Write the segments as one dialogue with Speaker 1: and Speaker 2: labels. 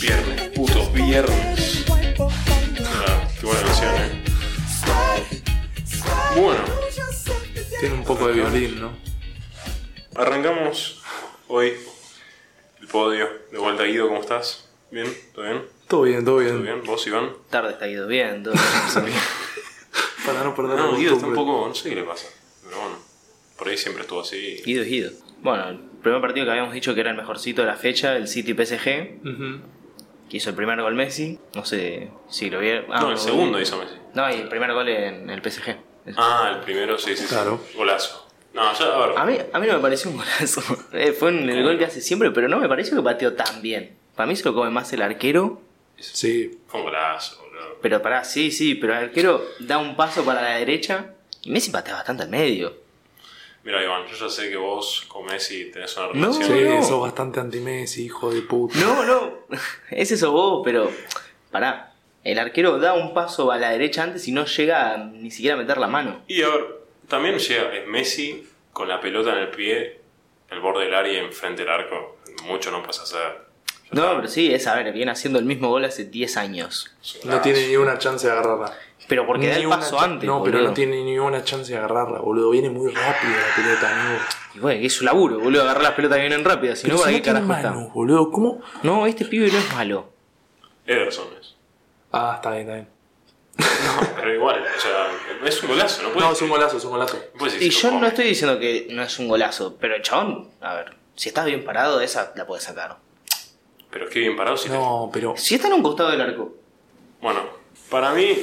Speaker 1: Viernes, puto viernes. Ah, qué buena canción, eh. Bueno,
Speaker 2: Tiene un poco de violín, ¿no?
Speaker 1: arrancamos hoy el podio. De vuelta, Guido, ¿cómo estás? ¿Bien? ¿Todo bien?
Speaker 2: Todo bien, todo
Speaker 1: ¿Todo
Speaker 2: bien.
Speaker 1: bien? ¿Vos, Iván?
Speaker 3: Tarde está Guido bien, todo
Speaker 2: Para no perder
Speaker 1: No,
Speaker 2: la
Speaker 1: Guido está un
Speaker 2: costumbre.
Speaker 1: poco. No sé qué le pasa. Pero bueno, por ahí siempre estuvo así.
Speaker 3: Guido es Guido. Bueno, el primer partido que habíamos dicho que era el mejorcito de la fecha, el City PSG,
Speaker 2: Ujú.
Speaker 3: que hizo el primer gol Messi. No sé si lo vieron. Ah,
Speaker 1: No, el
Speaker 3: lo-
Speaker 1: segundo hizo Messi.
Speaker 3: No, y el primer gol en el PSG.
Speaker 1: Ah, el primero, sí, sí. sí.
Speaker 2: Claro.
Speaker 1: Golazo. No, ya, a ver.
Speaker 3: A mí, a mí no me pareció un golazo. Eh, Fue un- el gol que hace siempre, pero no me pareció que pateó tan bien. Para mí se lo come más el arquero.
Speaker 2: Sí,
Speaker 1: Fue un golazo, boludo.
Speaker 3: Pero pará, sí, sí, pero el arquero da un paso para la derecha y Messi patea bastante al medio.
Speaker 1: Mira, Iván, yo ya sé que vos con Messi tenés una
Speaker 3: No.
Speaker 1: relación.
Speaker 2: sí,
Speaker 3: no.
Speaker 2: sos bastante anti-Messi, hijo de puta.
Speaker 3: No, no, es eso vos, pero pará. El arquero da un paso a la derecha antes y no llega a ni siquiera a meter la mano.
Speaker 1: Y a ver, también llega es Messi con la pelota en el pie, el borde del área y enfrente del arco. Mucho no pasa a hacer. Ya
Speaker 3: No,
Speaker 1: está.
Speaker 3: pero sí, es a ver, viene haciendo el mismo gol hace 10 años.
Speaker 1: Es un
Speaker 2: No
Speaker 1: golazo.
Speaker 2: tiene ni una chance de agarrarla.
Speaker 3: Pero porque da
Speaker 2: Ni
Speaker 3: el
Speaker 2: una
Speaker 3: paso
Speaker 2: cha-
Speaker 3: antes.
Speaker 2: No, pero
Speaker 3: boludo.
Speaker 2: no tiene ni una chance de agarrarla, boludo. Viene muy rápido la pelota, amigo.
Speaker 3: Y bueno, que es su laburo, boludo, agarrar las pelotas que vienen rápidas. Si
Speaker 2: Pero
Speaker 3: no, ¿para
Speaker 2: si
Speaker 3: qué
Speaker 2: no tiene
Speaker 3: carajo está?
Speaker 2: manos, boludo. ¿Cómo?
Speaker 3: No, este pibe no es malo.
Speaker 1: Ederson es.
Speaker 2: Ah, está bien, está bien.
Speaker 1: Pero igual, o sea, es un golazo, ¿no? Puedes,
Speaker 2: No, es un golazo, es un golazo.
Speaker 1: no puedes
Speaker 3: Y
Speaker 1: decir que
Speaker 3: yo no
Speaker 1: come.
Speaker 3: estoy diciendo que no es un golazo, pero chabón, a ver, si estás bien parado, esa la puedes sacar.
Speaker 1: Pero es que bien parado si te-
Speaker 2: No, pero.
Speaker 3: Si está en un costado del arco,
Speaker 1: Bueno, para mí.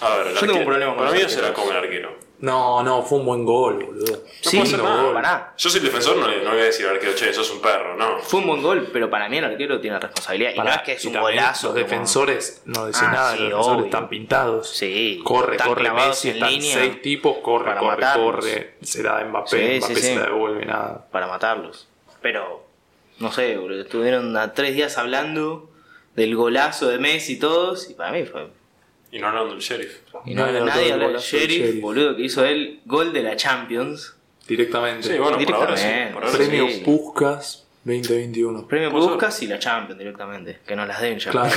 Speaker 1: A ver, el
Speaker 3: Yo tengo un
Speaker 1: arquero-
Speaker 3: problema con
Speaker 1: Para
Speaker 3: los
Speaker 1: mí no se la
Speaker 3: arqueros.
Speaker 1: come el arquero.
Speaker 2: No, no, fue un buen gol, boludo.
Speaker 1: No
Speaker 3: sí,
Speaker 1: puedo hacer nada.
Speaker 3: no, pará.
Speaker 1: Yo soy el defensor, no le, no le voy a decir al arquero, che, sos un perro, no.
Speaker 3: Fue un buen gol, pero para mí el arquero tiene responsabilidad. Y no es que es
Speaker 2: Y
Speaker 3: un
Speaker 2: también
Speaker 3: golazo.
Speaker 2: Los
Speaker 3: como-
Speaker 2: defensores no dicen
Speaker 3: Ah,
Speaker 2: nada,
Speaker 3: sí,
Speaker 2: los defensores
Speaker 3: obvio.
Speaker 2: están pintados.
Speaker 3: Sí,
Speaker 2: Corre,
Speaker 3: están
Speaker 2: corre
Speaker 3: clavados
Speaker 2: Messi,
Speaker 3: en
Speaker 2: están
Speaker 3: línea
Speaker 2: seis tipos, corre,
Speaker 3: para
Speaker 2: corre,
Speaker 3: matarlos.
Speaker 2: corre. Se da a Mbappé,
Speaker 3: Sí,
Speaker 2: Mbappé
Speaker 3: sí,
Speaker 2: se
Speaker 3: sí.
Speaker 2: la devuelve, nada.
Speaker 3: Para matarlos. Pero, no sé, boludo, estuvieron a tres días hablando del golazo de Messi y todos, y para mí fue.
Speaker 1: Y no hablando del sheriff.
Speaker 3: Y no,
Speaker 2: Nadie habló
Speaker 3: nadie
Speaker 2: del
Speaker 3: habló del
Speaker 2: golazo del
Speaker 3: sheriff,
Speaker 2: sheriff.
Speaker 3: boludo, que hizo el gol de la Champions.
Speaker 2: Directamente.
Speaker 1: Sí, bueno, por ahora sí.
Speaker 3: Directamente.
Speaker 1: Por ahora sí.
Speaker 2: Premio
Speaker 3: sí.
Speaker 2: Puskas 2021.
Speaker 3: Premio
Speaker 1: Puede ser.
Speaker 3: Buscas y la Champions directamente, que nos las den ya.
Speaker 2: Claro.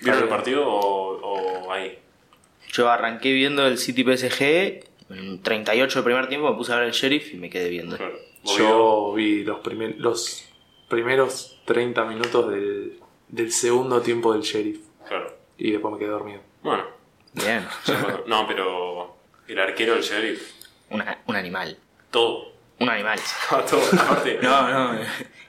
Speaker 1: ¿Vieron el partido o, o ahí?
Speaker 3: Yo arranqué viendo el City PSG, en 38 del primer tiempo me puse a ver el sheriff y me quedé viendo.
Speaker 1: Claro.
Speaker 2: Yo vi los, primer- los primeros 30 minutos del, del segundo tiempo del sheriff.
Speaker 1: Claro.
Speaker 2: Y después me quedé dormido.
Speaker 1: Bueno.
Speaker 3: Bien,
Speaker 1: ya pasó. no, pero el arquero del sheriff,
Speaker 3: Una- un animal.
Speaker 1: todo.
Speaker 3: Un animal.
Speaker 1: Estaba todo. Aparte, no.
Speaker 3: No, no.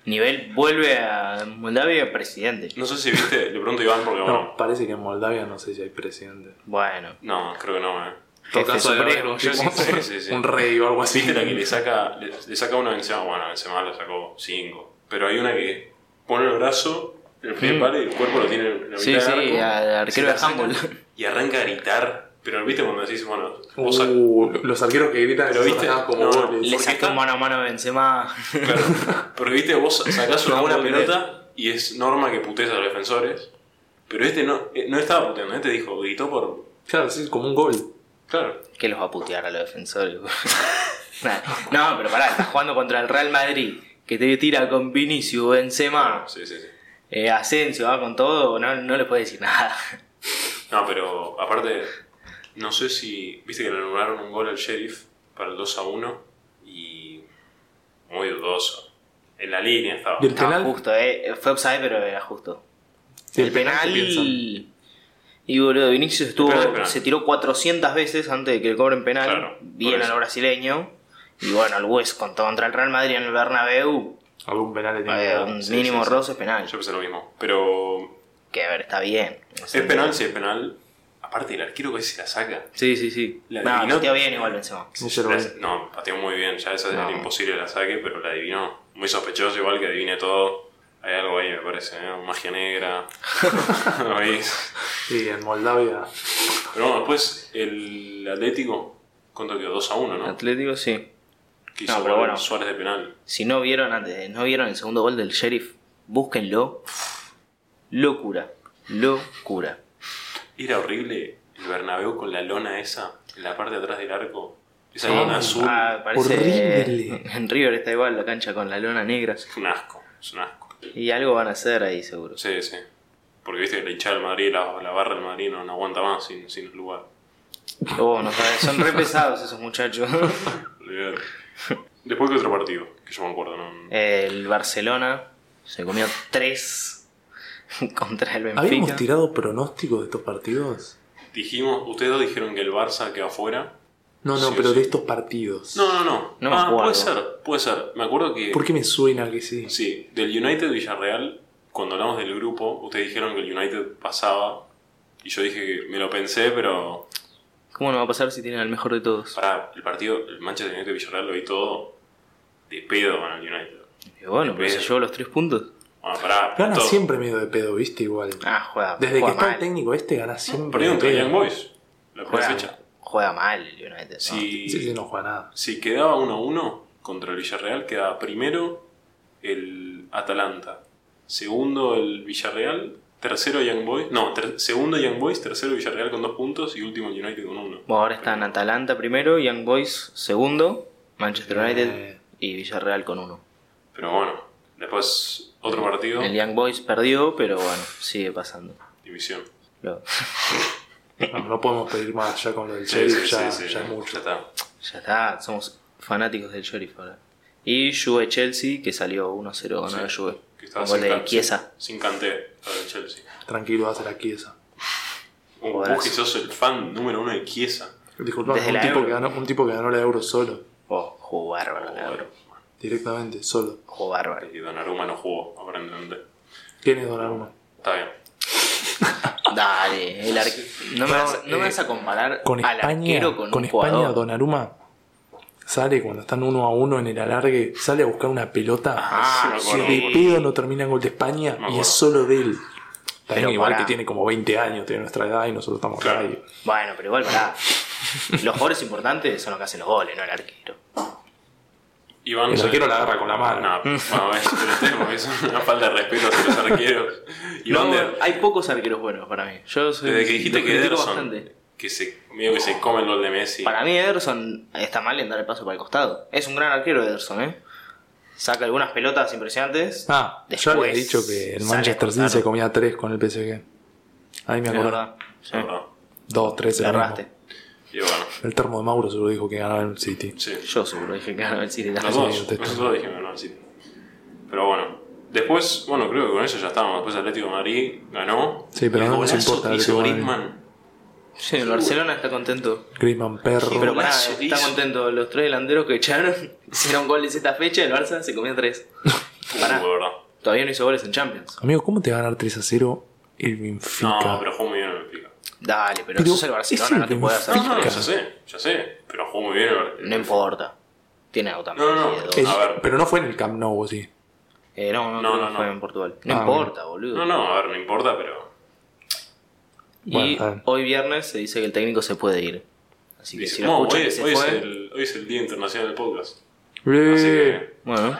Speaker 3: Nivel vuelve a Moldavia presidente.
Speaker 1: sé si viste, le pregunto a Iván porque
Speaker 2: No,
Speaker 1: bueno.
Speaker 2: parece que en Moldavia no sé si hay presidente.
Speaker 3: Bueno.
Speaker 1: No, creo que no, eh.
Speaker 3: Jefe
Speaker 2: debe haber
Speaker 3: supremo,
Speaker 2: un, tipo-
Speaker 1: sí, sí, sí.
Speaker 2: un rey o algo así.
Speaker 1: ¿Viste la que le saca, le, le saca una a Benzema? Bueno, Benzema le sacó cinco. Pero hay una que pone el brazo, el primer
Speaker 3: Mm.
Speaker 1: palo y el cuerpo lo tiene en la mitad
Speaker 3: Sí,
Speaker 1: del
Speaker 3: sí,
Speaker 1: arco,
Speaker 3: al arquero
Speaker 1: se la
Speaker 3: de
Speaker 1: saca
Speaker 3: handball.
Speaker 1: Y arranca a gritar. Pero viste cuando decís, bueno, vos sac-
Speaker 2: Uh, los arqueros que gritan
Speaker 1: Pero
Speaker 2: esos
Speaker 1: viste,
Speaker 2: sacaban como
Speaker 1: no, no.
Speaker 2: goles.
Speaker 3: Le
Speaker 1: ¿Por qué
Speaker 3: sacó
Speaker 1: está?
Speaker 3: mano a mano a Benzema.
Speaker 1: Claro, porque viste, vos sacás una
Speaker 2: Una
Speaker 1: buena
Speaker 2: buena
Speaker 1: pelota y es norma que putes a los defensores. Pero este no, eh, no estaba puteando, este dijo, gritó por.
Speaker 2: Claro, sí, como un gol.
Speaker 1: Claro.
Speaker 3: que los va a putear a los defensores? boludo? Nah, no, pero pará, estás jugando contra el Real Madrid. Que te tira con Vinicius, Benzema,
Speaker 1: Sí, sí, sí.
Speaker 3: eh, Asensio, va con todo. No, no le puedes decir nada.
Speaker 1: No, pero aparte, no sé si. Viste que le anularon un gol al sheriff para el 2 a 1 y. Muy dudoso. En la línea estaba.
Speaker 2: Y el
Speaker 3: Estaba
Speaker 2: penal.
Speaker 3: Ah, justo, eh. Fue upside, pero era justo.
Speaker 2: y
Speaker 3: el penal.
Speaker 2: ¿qué piensan?
Speaker 3: Y boludo, Vinicius estuvo.
Speaker 1: penal es penal.
Speaker 3: Se tiró 400 veces antes de que le cobren penal.
Speaker 1: Claro, por
Speaker 3: bien
Speaker 1: eso.
Speaker 3: al brasileño. Y bueno, el West contó contra el Real Madrid en el Bernabéu.
Speaker 2: Algún penal le tiene que
Speaker 3: eh,
Speaker 2: dar.
Speaker 3: un
Speaker 1: sí,
Speaker 3: mínimo
Speaker 1: sí, sí.
Speaker 3: roce es penal.
Speaker 1: Yo pensé lo mismo. Pero.
Speaker 3: Que a ver, está bien.
Speaker 1: Es penal, sí es penal. Aparte, el arquero que se la saca.
Speaker 3: Sí, sí, sí.
Speaker 1: La
Speaker 3: no,
Speaker 1: adivinó.
Speaker 3: pateó bien igual Benzema.
Speaker 2: No se lo
Speaker 1: La-
Speaker 2: ven.
Speaker 1: no, pateó muy bien, ya esa
Speaker 3: No.
Speaker 1: era imposible la saque, pero la adivinó. Muy sospechoso, igual que adivine todo. Hay algo ahí, me parece, ¿eh? magia negra. ¿No veis?
Speaker 2: Sí, en Moldavia.
Speaker 1: pero bueno, después el Atlético, ¿cuánto quedó? 2 a 1, ¿no?
Speaker 3: Atlético, sí.
Speaker 1: Que hizo
Speaker 3: No, pero
Speaker 1: gol
Speaker 3: bueno.
Speaker 1: Suárez de penal.
Speaker 3: Si no vieron antes, no vieron el segundo gol del Sheriff, búsquenlo. Locura. Locura.
Speaker 1: Era horrible el Bernabéu con la lona esa, en la parte de atrás del arco. Esa
Speaker 2: Sí.
Speaker 1: lona azul.
Speaker 3: Ah, parece.
Speaker 2: horrible.
Speaker 3: En River está igual la cancha con la lona negra.
Speaker 1: Es un asco, es un asco.
Speaker 3: Y algo van a hacer ahí, seguro.
Speaker 1: Sí, sí. Porque viste que la hinchada del Madrid, la, la barra del Madrid no, no aguanta más sin, sin lugar.
Speaker 3: Oh, no sabes, son re pesados esos muchachos.
Speaker 1: Olvidate. Después que otro partido, que yo me acuerdo, ¿no?
Speaker 3: Eh. El Barcelona se comió 3 contra el
Speaker 2: ¿Habíamos
Speaker 3: Benfica.
Speaker 2: tirado pronósticos de estos partidos?
Speaker 1: Dijimos, ustedes dos dijeron que el Barça queda afuera.
Speaker 2: No, no,
Speaker 1: Sí,
Speaker 2: pero
Speaker 1: sí.
Speaker 2: de estos partidos.
Speaker 1: No, no, no.
Speaker 3: No me
Speaker 1: ah,
Speaker 3: acuerdo.
Speaker 1: puede ser, puede ser. Me acuerdo que.
Speaker 2: ¿Por qué me suena que sí?
Speaker 1: Sí, del United Villarreal, cuando hablamos del grupo, ustedes dijeron que el United pasaba. Y yo dije que me lo pensé, pero.
Speaker 3: ¿Cómo no va a pasar si tienen al mejor de todos?
Speaker 1: Pará, el partido, el Manchester United Villarreal lo vi todo de pedo con el United.
Speaker 3: Y bueno, pero se llevó los 3 puntos.
Speaker 1: Bueno, pará.
Speaker 2: Gana
Speaker 1: todo.
Speaker 2: siempre medio de pedo, viste, igual.
Speaker 3: Ah, juega.
Speaker 2: Desde que
Speaker 3: juega
Speaker 2: está el
Speaker 3: mal.
Speaker 2: técnico este, gana siempre
Speaker 1: Perdieron
Speaker 2: de
Speaker 1: contra Young
Speaker 2: pedo. Ah,
Speaker 1: Boys. La primera
Speaker 3: Juega,
Speaker 1: fecha.
Speaker 3: juega mal el United. ¿no?
Speaker 1: Si,
Speaker 2: Sí, sí, no juega nada.
Speaker 1: si quedaba 1-1 contra el Villarreal, quedaba primero el Atalanta. Segundo el Villarreal. Tercero Young Boys. No, ter- segundo Young Boys. Tercero Villarreal con dos puntos. Y último el United con uno.
Speaker 3: Bueno, ahora están Atalanta primero, Young Boys segundo, Manchester United
Speaker 2: Eh.
Speaker 3: y Villarreal con uno.
Speaker 1: Pero bueno, después otro partido.
Speaker 3: El Young Boys perdió, pero bueno, sigue pasando.
Speaker 1: División.
Speaker 3: Lo-
Speaker 2: No, no podemos pedir más ya con lo del
Speaker 1: Sí,
Speaker 2: sheriff,
Speaker 1: sí,
Speaker 2: ya,
Speaker 1: sí, sí,
Speaker 2: ya
Speaker 1: ya
Speaker 2: es mucho.
Speaker 1: está.
Speaker 3: ya está, somos fanáticos del Sheriff ahora. Y Juve Chelsea, que salió 1-0 con la
Speaker 1: Sí,
Speaker 3: Juve.
Speaker 1: Que estaba
Speaker 3: Con gol de
Speaker 1: can-
Speaker 3: Chiesa.
Speaker 1: Sin canté para el Chelsea.
Speaker 2: Tranquilo, va a ser aquí esa.
Speaker 1: Uh,
Speaker 3: Jugadorazo.
Speaker 1: vos que sos el fan número uno de Chiesa.
Speaker 2: Disculpa,
Speaker 3: Desde
Speaker 2: un
Speaker 3: la
Speaker 2: tipo,
Speaker 3: Euro.
Speaker 2: que ganó, un tipo que ganó la euro solo,
Speaker 3: Oh, jugó bárbaro, la verdad.
Speaker 1: Joder.
Speaker 2: directamente, solo.
Speaker 3: Jugó bárbaro.
Speaker 1: Y Donnarumma no jugó, aparentemente.
Speaker 2: ¿Quién es Donnarumma?
Speaker 1: Está bien.
Speaker 3: Dale, el ar- no, me vas, no me vas a comparar
Speaker 2: eh, Con
Speaker 3: al
Speaker 2: España,
Speaker 3: arquero
Speaker 2: con,
Speaker 3: con, un
Speaker 2: España,
Speaker 3: jugador.
Speaker 2: Donnarumma sale cuando están uno a uno en el alargue, sale a buscar una pelota.
Speaker 1: Ah, sí,
Speaker 2: si
Speaker 1: me acuerdo,
Speaker 2: de
Speaker 1: boludo.
Speaker 2: pedo no termina en gol de España
Speaker 1: Me
Speaker 2: y
Speaker 1: acuerdo.
Speaker 2: es solo de él. También
Speaker 3: Pero
Speaker 2: igual
Speaker 3: pará.
Speaker 2: que tiene como 20 años, tiene nuestra edad y nosotros estamos acá.
Speaker 1: Claro.
Speaker 2: y-
Speaker 3: Bueno, pero igual, pará. Los jugadores importantes son los que hacen los goles, no el arquero.
Speaker 1: Iván
Speaker 2: El
Speaker 1: se-
Speaker 2: arquero la agarra con la mano.
Speaker 1: No, bueno, es otro tema, es una falta de respeto hacia los arqueros. Iván,
Speaker 3: No,
Speaker 1: de-
Speaker 3: hay pocos arqueros buenos para mí. Yo soy,
Speaker 1: desde que dijiste
Speaker 3: lo
Speaker 1: que
Speaker 3: critico
Speaker 1: Ederson,
Speaker 3: bastante.
Speaker 1: que se, medio que se come el gol de Messi.
Speaker 3: Para mí Ederson está mal en dar el paso para el costado. Es un gran arquero Ederson, ¿eh? Saca algunas pelotas impresionantes.
Speaker 2: Ah, yo había
Speaker 3: Después
Speaker 2: dicho que el
Speaker 3: sale a
Speaker 2: Manchester City
Speaker 3: cortar.
Speaker 2: se comía 3 con el PSG. Ahí me
Speaker 3: Es
Speaker 2: acuerdo.
Speaker 3: verdad.
Speaker 1: La verdad.
Speaker 2: 2, 3,
Speaker 3: La erraste.
Speaker 1: Y bueno,
Speaker 2: El termo de Mauro seguro dijo que ganaba el City.
Speaker 1: sí.
Speaker 3: Yo seguro dije que ganaba el City. la
Speaker 1: Los
Speaker 2: Sí,
Speaker 3: razón.
Speaker 1: dos,
Speaker 2: te-
Speaker 1: nosotros dijimos no, sí. Pero bueno, después, bueno, creo que con eso ya estábamos. Después Atlético de Madrid ganó.
Speaker 2: Sí, pero
Speaker 1: El
Speaker 2: no nos
Speaker 1: golazo
Speaker 2: importa
Speaker 1: que
Speaker 2: el
Speaker 1: hizo
Speaker 2: Atlético de Madrid.
Speaker 1: Griezmann.
Speaker 3: Sí, el Barcelona está contento.
Speaker 2: Griezmann, perro.
Speaker 3: Pero pará,
Speaker 1: Golazo
Speaker 3: está
Speaker 1: hizo.
Speaker 3: contento. Los tres delanteros que echaron hicieron goles esta fecha. El Barça se comió tres.
Speaker 1: Uh,
Speaker 3: Pará.
Speaker 1: de verdad.
Speaker 3: Todavía no hizo goles en Champions.
Speaker 2: Amigo, ¿cómo te va a ganar 3 a 0 el Benfica?
Speaker 1: No, pero jugó muy bien el Benfica.
Speaker 3: Dale, pero,
Speaker 2: Pero
Speaker 3: sos el
Speaker 2: es el
Speaker 3: Barcelona, no te puede hacer
Speaker 1: No, no,
Speaker 2: Benfica.
Speaker 1: ya
Speaker 3: goles.
Speaker 1: sé, ya sé. Pero jugó muy bien el Benfica.
Speaker 3: No importa. Tiene auto
Speaker 1: No, no, no.
Speaker 2: El-
Speaker 1: a ver.
Speaker 2: pero no fue en el Camp Nou, ¿o sí.
Speaker 3: Eh, no, no,
Speaker 1: No,
Speaker 3: creo que
Speaker 1: no,
Speaker 3: fue
Speaker 1: no.
Speaker 3: en Portugal. No
Speaker 2: Ah,
Speaker 3: importa, boludo.
Speaker 1: No, no, a ver, no importa, pero.
Speaker 2: Bueno,
Speaker 3: Y
Speaker 2: está bien.
Speaker 3: hoy viernes se dice que el técnico se puede ir. Así que
Speaker 1: dice,
Speaker 3: si lo
Speaker 1: "Mo,
Speaker 3: escuchan
Speaker 1: hoy,
Speaker 3: que
Speaker 1: es,
Speaker 3: se
Speaker 1: hoy es
Speaker 3: fue.
Speaker 1: el, hoy es el Día Internacional del Podcast. Así
Speaker 2: Eh,
Speaker 1: que.
Speaker 3: Bueno,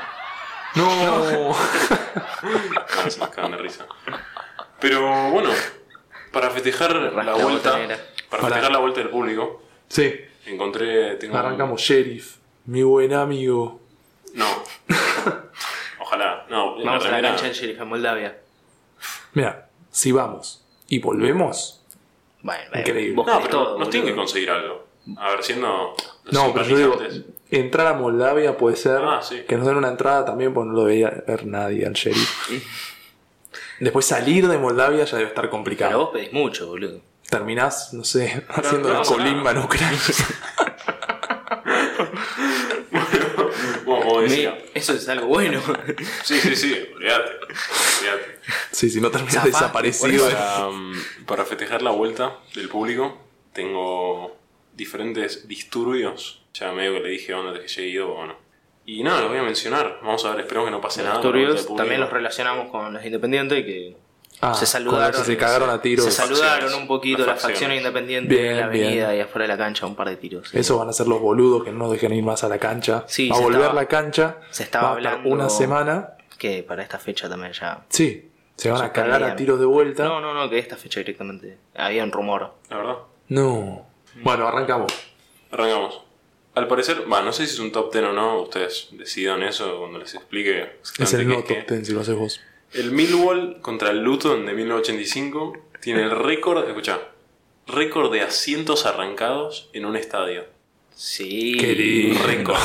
Speaker 2: no.
Speaker 1: nada, se me cagan de risa. Pero bueno, para festejar la
Speaker 3: la
Speaker 1: vuelta.
Speaker 3: botonera.
Speaker 1: Para
Speaker 2: Pará.
Speaker 1: festejar la vuelta del público,
Speaker 2: sí,
Speaker 1: encontré. Tengo un-
Speaker 2: arrancamos Sheriff, mi buen amigo.
Speaker 1: No. Ojalá. No, la
Speaker 3: vamos a la
Speaker 1: remera-
Speaker 3: cancha del Sheriff en Moldavia.
Speaker 2: Mira, si vamos y volvemos.
Speaker 3: Bueno, bueno,
Speaker 2: Increíble.
Speaker 3: vos
Speaker 1: No,
Speaker 3: querés
Speaker 1: pero
Speaker 3: todo,
Speaker 1: nos tienen que
Speaker 3: boludo.
Speaker 1: conseguir algo. A ver, siendo. los
Speaker 2: No, pero yo digo,
Speaker 1: simpatizantes.
Speaker 2: entrar a Moldavia puede ser
Speaker 1: Ah, sí.
Speaker 2: que nos den una entrada también, porque no lo veía ver nadie al Sheriff. Después salir de Moldavia ya debe estar
Speaker 3: Pero
Speaker 2: complicado.
Speaker 3: vos pedís mucho, boludo.
Speaker 2: Terminás, no sé, haciendo
Speaker 1: no
Speaker 2: la
Speaker 1: pasa
Speaker 2: colimba en Ucrania.
Speaker 1: Bueno, como decía.
Speaker 3: Me- eso es algo bueno.
Speaker 1: Sí, sí, sí, olvídate. olvídate.
Speaker 2: Sí, si no terminas
Speaker 3: Zafá,
Speaker 2: desaparecido.
Speaker 1: Para, um, para festejar la vuelta del público, tengo diferentes disturbios. Ya medio que le dije a onda desde que llegué ido, bueno. Y nada, los voy a mencionar. Vamos a ver, esperemos que no pase nada. con la vuelta
Speaker 3: Turbios,
Speaker 1: del público.
Speaker 3: también los relacionados con los independientes que
Speaker 2: Ah,
Speaker 3: se
Speaker 2: con
Speaker 3: saludaron.
Speaker 2: los que se cagaron a tiros.
Speaker 3: Se saludaron
Speaker 1: Facciones.
Speaker 3: un poquito
Speaker 1: Las
Speaker 3: las facciones
Speaker 1: facciones.
Speaker 3: independientes en la
Speaker 2: Bien,
Speaker 3: avenida y afuera de la cancha, un par de tiros. sí.
Speaker 2: Esos van a ser los boludos que no nos dejen ir más a la cancha.
Speaker 3: Sí,
Speaker 2: va a
Speaker 3: se
Speaker 2: volver
Speaker 3: estaba-
Speaker 2: la cancha.
Speaker 3: se estaba
Speaker 2: va a estar
Speaker 3: hablando-
Speaker 2: una semana.
Speaker 3: Que para esta fecha también ya.
Speaker 2: Sí, se van a
Speaker 3: Suspendían.
Speaker 2: cagar a tiros de vuelta.
Speaker 3: No, no, no, que esta fecha directamente. Había un rumor.
Speaker 1: La verdad.
Speaker 2: No. Bueno, arrancamos.
Speaker 1: Arrancamos. Al parecer, va, no sé si es un top 10 o no, ustedes decidan eso cuando les explique.
Speaker 2: Es el
Speaker 1: qué
Speaker 2: no top ten, si lo haces vos.
Speaker 1: El Millwall contra el Luton de 1985 tiene el récord, escuchá, récord de asientos arrancados en un estadio.
Speaker 3: Sí.
Speaker 2: Qué lindo.
Speaker 1: Récord.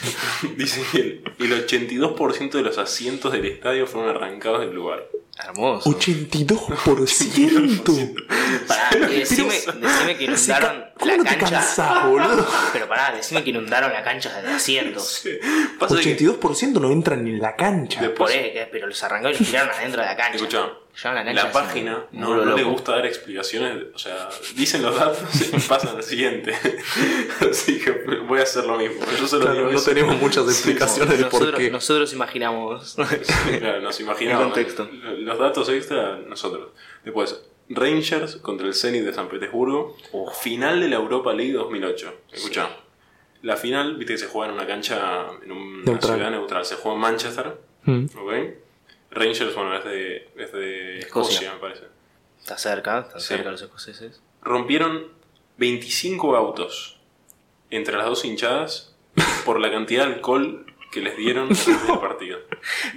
Speaker 1: Dice que el, el 82% de los asientos del estadio fueron arrancados del lugar.
Speaker 3: Hermoso.
Speaker 2: 82%.
Speaker 3: Pará, y decime, decime que inundaron la cancha.
Speaker 2: boludo?
Speaker 3: Pero pará, decime que inundaron la cancha de asientos.
Speaker 1: Pasa de que-
Speaker 2: 82% no entran ni en la cancha.
Speaker 3: Por
Speaker 1: después,
Speaker 3: ahí, que- pero los arrancaron y los tiraron adentro de la cancha.
Speaker 1: escuchá,
Speaker 3: Llevaron la,
Speaker 1: la
Speaker 3: cancha así,
Speaker 1: página
Speaker 3: un
Speaker 1: no,
Speaker 3: muro
Speaker 1: no le
Speaker 3: loco.
Speaker 1: gusta dar explicaciones, o sea, dicen los datos y pasan al siguiente. Así que voy a hacer lo mismo. Yo solo
Speaker 2: Claro,
Speaker 1: digo
Speaker 2: no
Speaker 1: eso.
Speaker 2: tenemos muchas
Speaker 1: Sí,
Speaker 2: explicaciones de por
Speaker 3: Nosotros,
Speaker 2: qué.
Speaker 3: nosotros imaginamos.
Speaker 1: Sí, claro, nos imaginamos.
Speaker 3: El contexto.
Speaker 1: ¿no? Los datos extra, nosotros. Después, Rangers contra el Zenit de San Petersburgo. Final de la Europa League 2008. Escuchá. La final, viste que se juega en una cancha, en un- una
Speaker 2: Neutral.
Speaker 1: ciudad neutral. Se juega en Manchester.
Speaker 2: Mm.
Speaker 1: ¿ok? Rangers, bueno, es de, es de Escocia,
Speaker 3: Escocia.
Speaker 1: me parece.
Speaker 3: Está cerca, está
Speaker 1: Sí.
Speaker 3: cerca los escoceses.
Speaker 1: Rompieron 25 autos entre las dos hinchadas por la cantidad de alcohol que les dieron en el partido.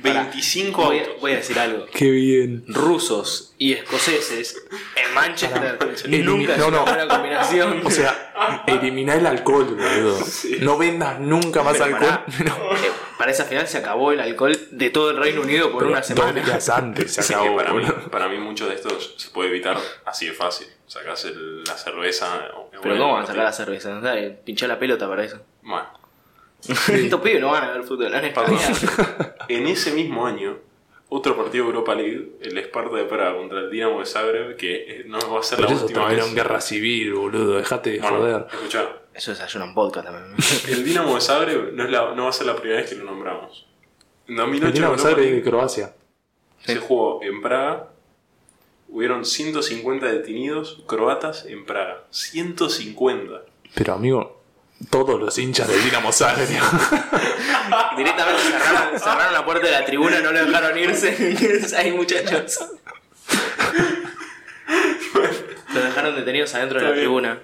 Speaker 1: 25
Speaker 3: Voy,
Speaker 1: autos.
Speaker 3: a- voy a decir algo.
Speaker 2: Qué bien.
Speaker 3: Rusos y escoceses en Manchester
Speaker 2: Elimina-
Speaker 3: nunca
Speaker 2: no,
Speaker 3: es una
Speaker 2: no.
Speaker 3: buena combinación.
Speaker 2: O sea, eliminá el alcohol, boludo. No vendas nunca más
Speaker 3: Pero
Speaker 2: alcohol.
Speaker 3: pará,
Speaker 2: No.
Speaker 3: eh, para esa final se acabó el alcohol de todo el Reino Unido por
Speaker 2: Pero
Speaker 3: una
Speaker 2: dos
Speaker 3: semana.
Speaker 2: días antes se
Speaker 1: Sí,
Speaker 2: acabó,
Speaker 1: para, mí,
Speaker 2: boludo.
Speaker 1: para mí muchos de estos se puede evitar así de fácil. Sacás el- la cerveza. o-
Speaker 3: Pero
Speaker 1: o-
Speaker 3: ¿cómo van a sacar la cerveza? Dale, pinchá la pelota para eso.
Speaker 1: Bueno,
Speaker 3: Estos pibes no van a ver fútbol, van a
Speaker 1: Perdón.
Speaker 3: escanear.
Speaker 1: en ese mismo año, otro partido de Europa League, el Esparta de Praga contra el Dinamo de Zagreb, que eh, no va a ser
Speaker 2: Pero
Speaker 1: la
Speaker 2: eso
Speaker 1: última
Speaker 2: terminó
Speaker 1: vez.
Speaker 2: en guerra civil, boludo. Dejate de
Speaker 1: Bueno,
Speaker 2: joder.
Speaker 1: escuchá,
Speaker 3: Eso desayunan vodka también.
Speaker 1: el Dinamo de Zagreb no, es la- no va a ser la primera vez que lo nombramos. En 2008
Speaker 2: Venía a
Speaker 1: Europa
Speaker 2: avanzar
Speaker 1: League
Speaker 2: de Croacia.
Speaker 1: se jugó en Praga. Hubieron 150 detenidos croatas en Praga. 150.
Speaker 2: Pero amigo, todos los hinchas del Dinamo Zagreb.
Speaker 3: Directamente cerraron, cerraron la puerta de la tribuna, no lo dejaron irse. Hay muchachos. Los dejaron detenidos adentro de
Speaker 1: Está
Speaker 3: la
Speaker 1: bien.
Speaker 3: tribuna.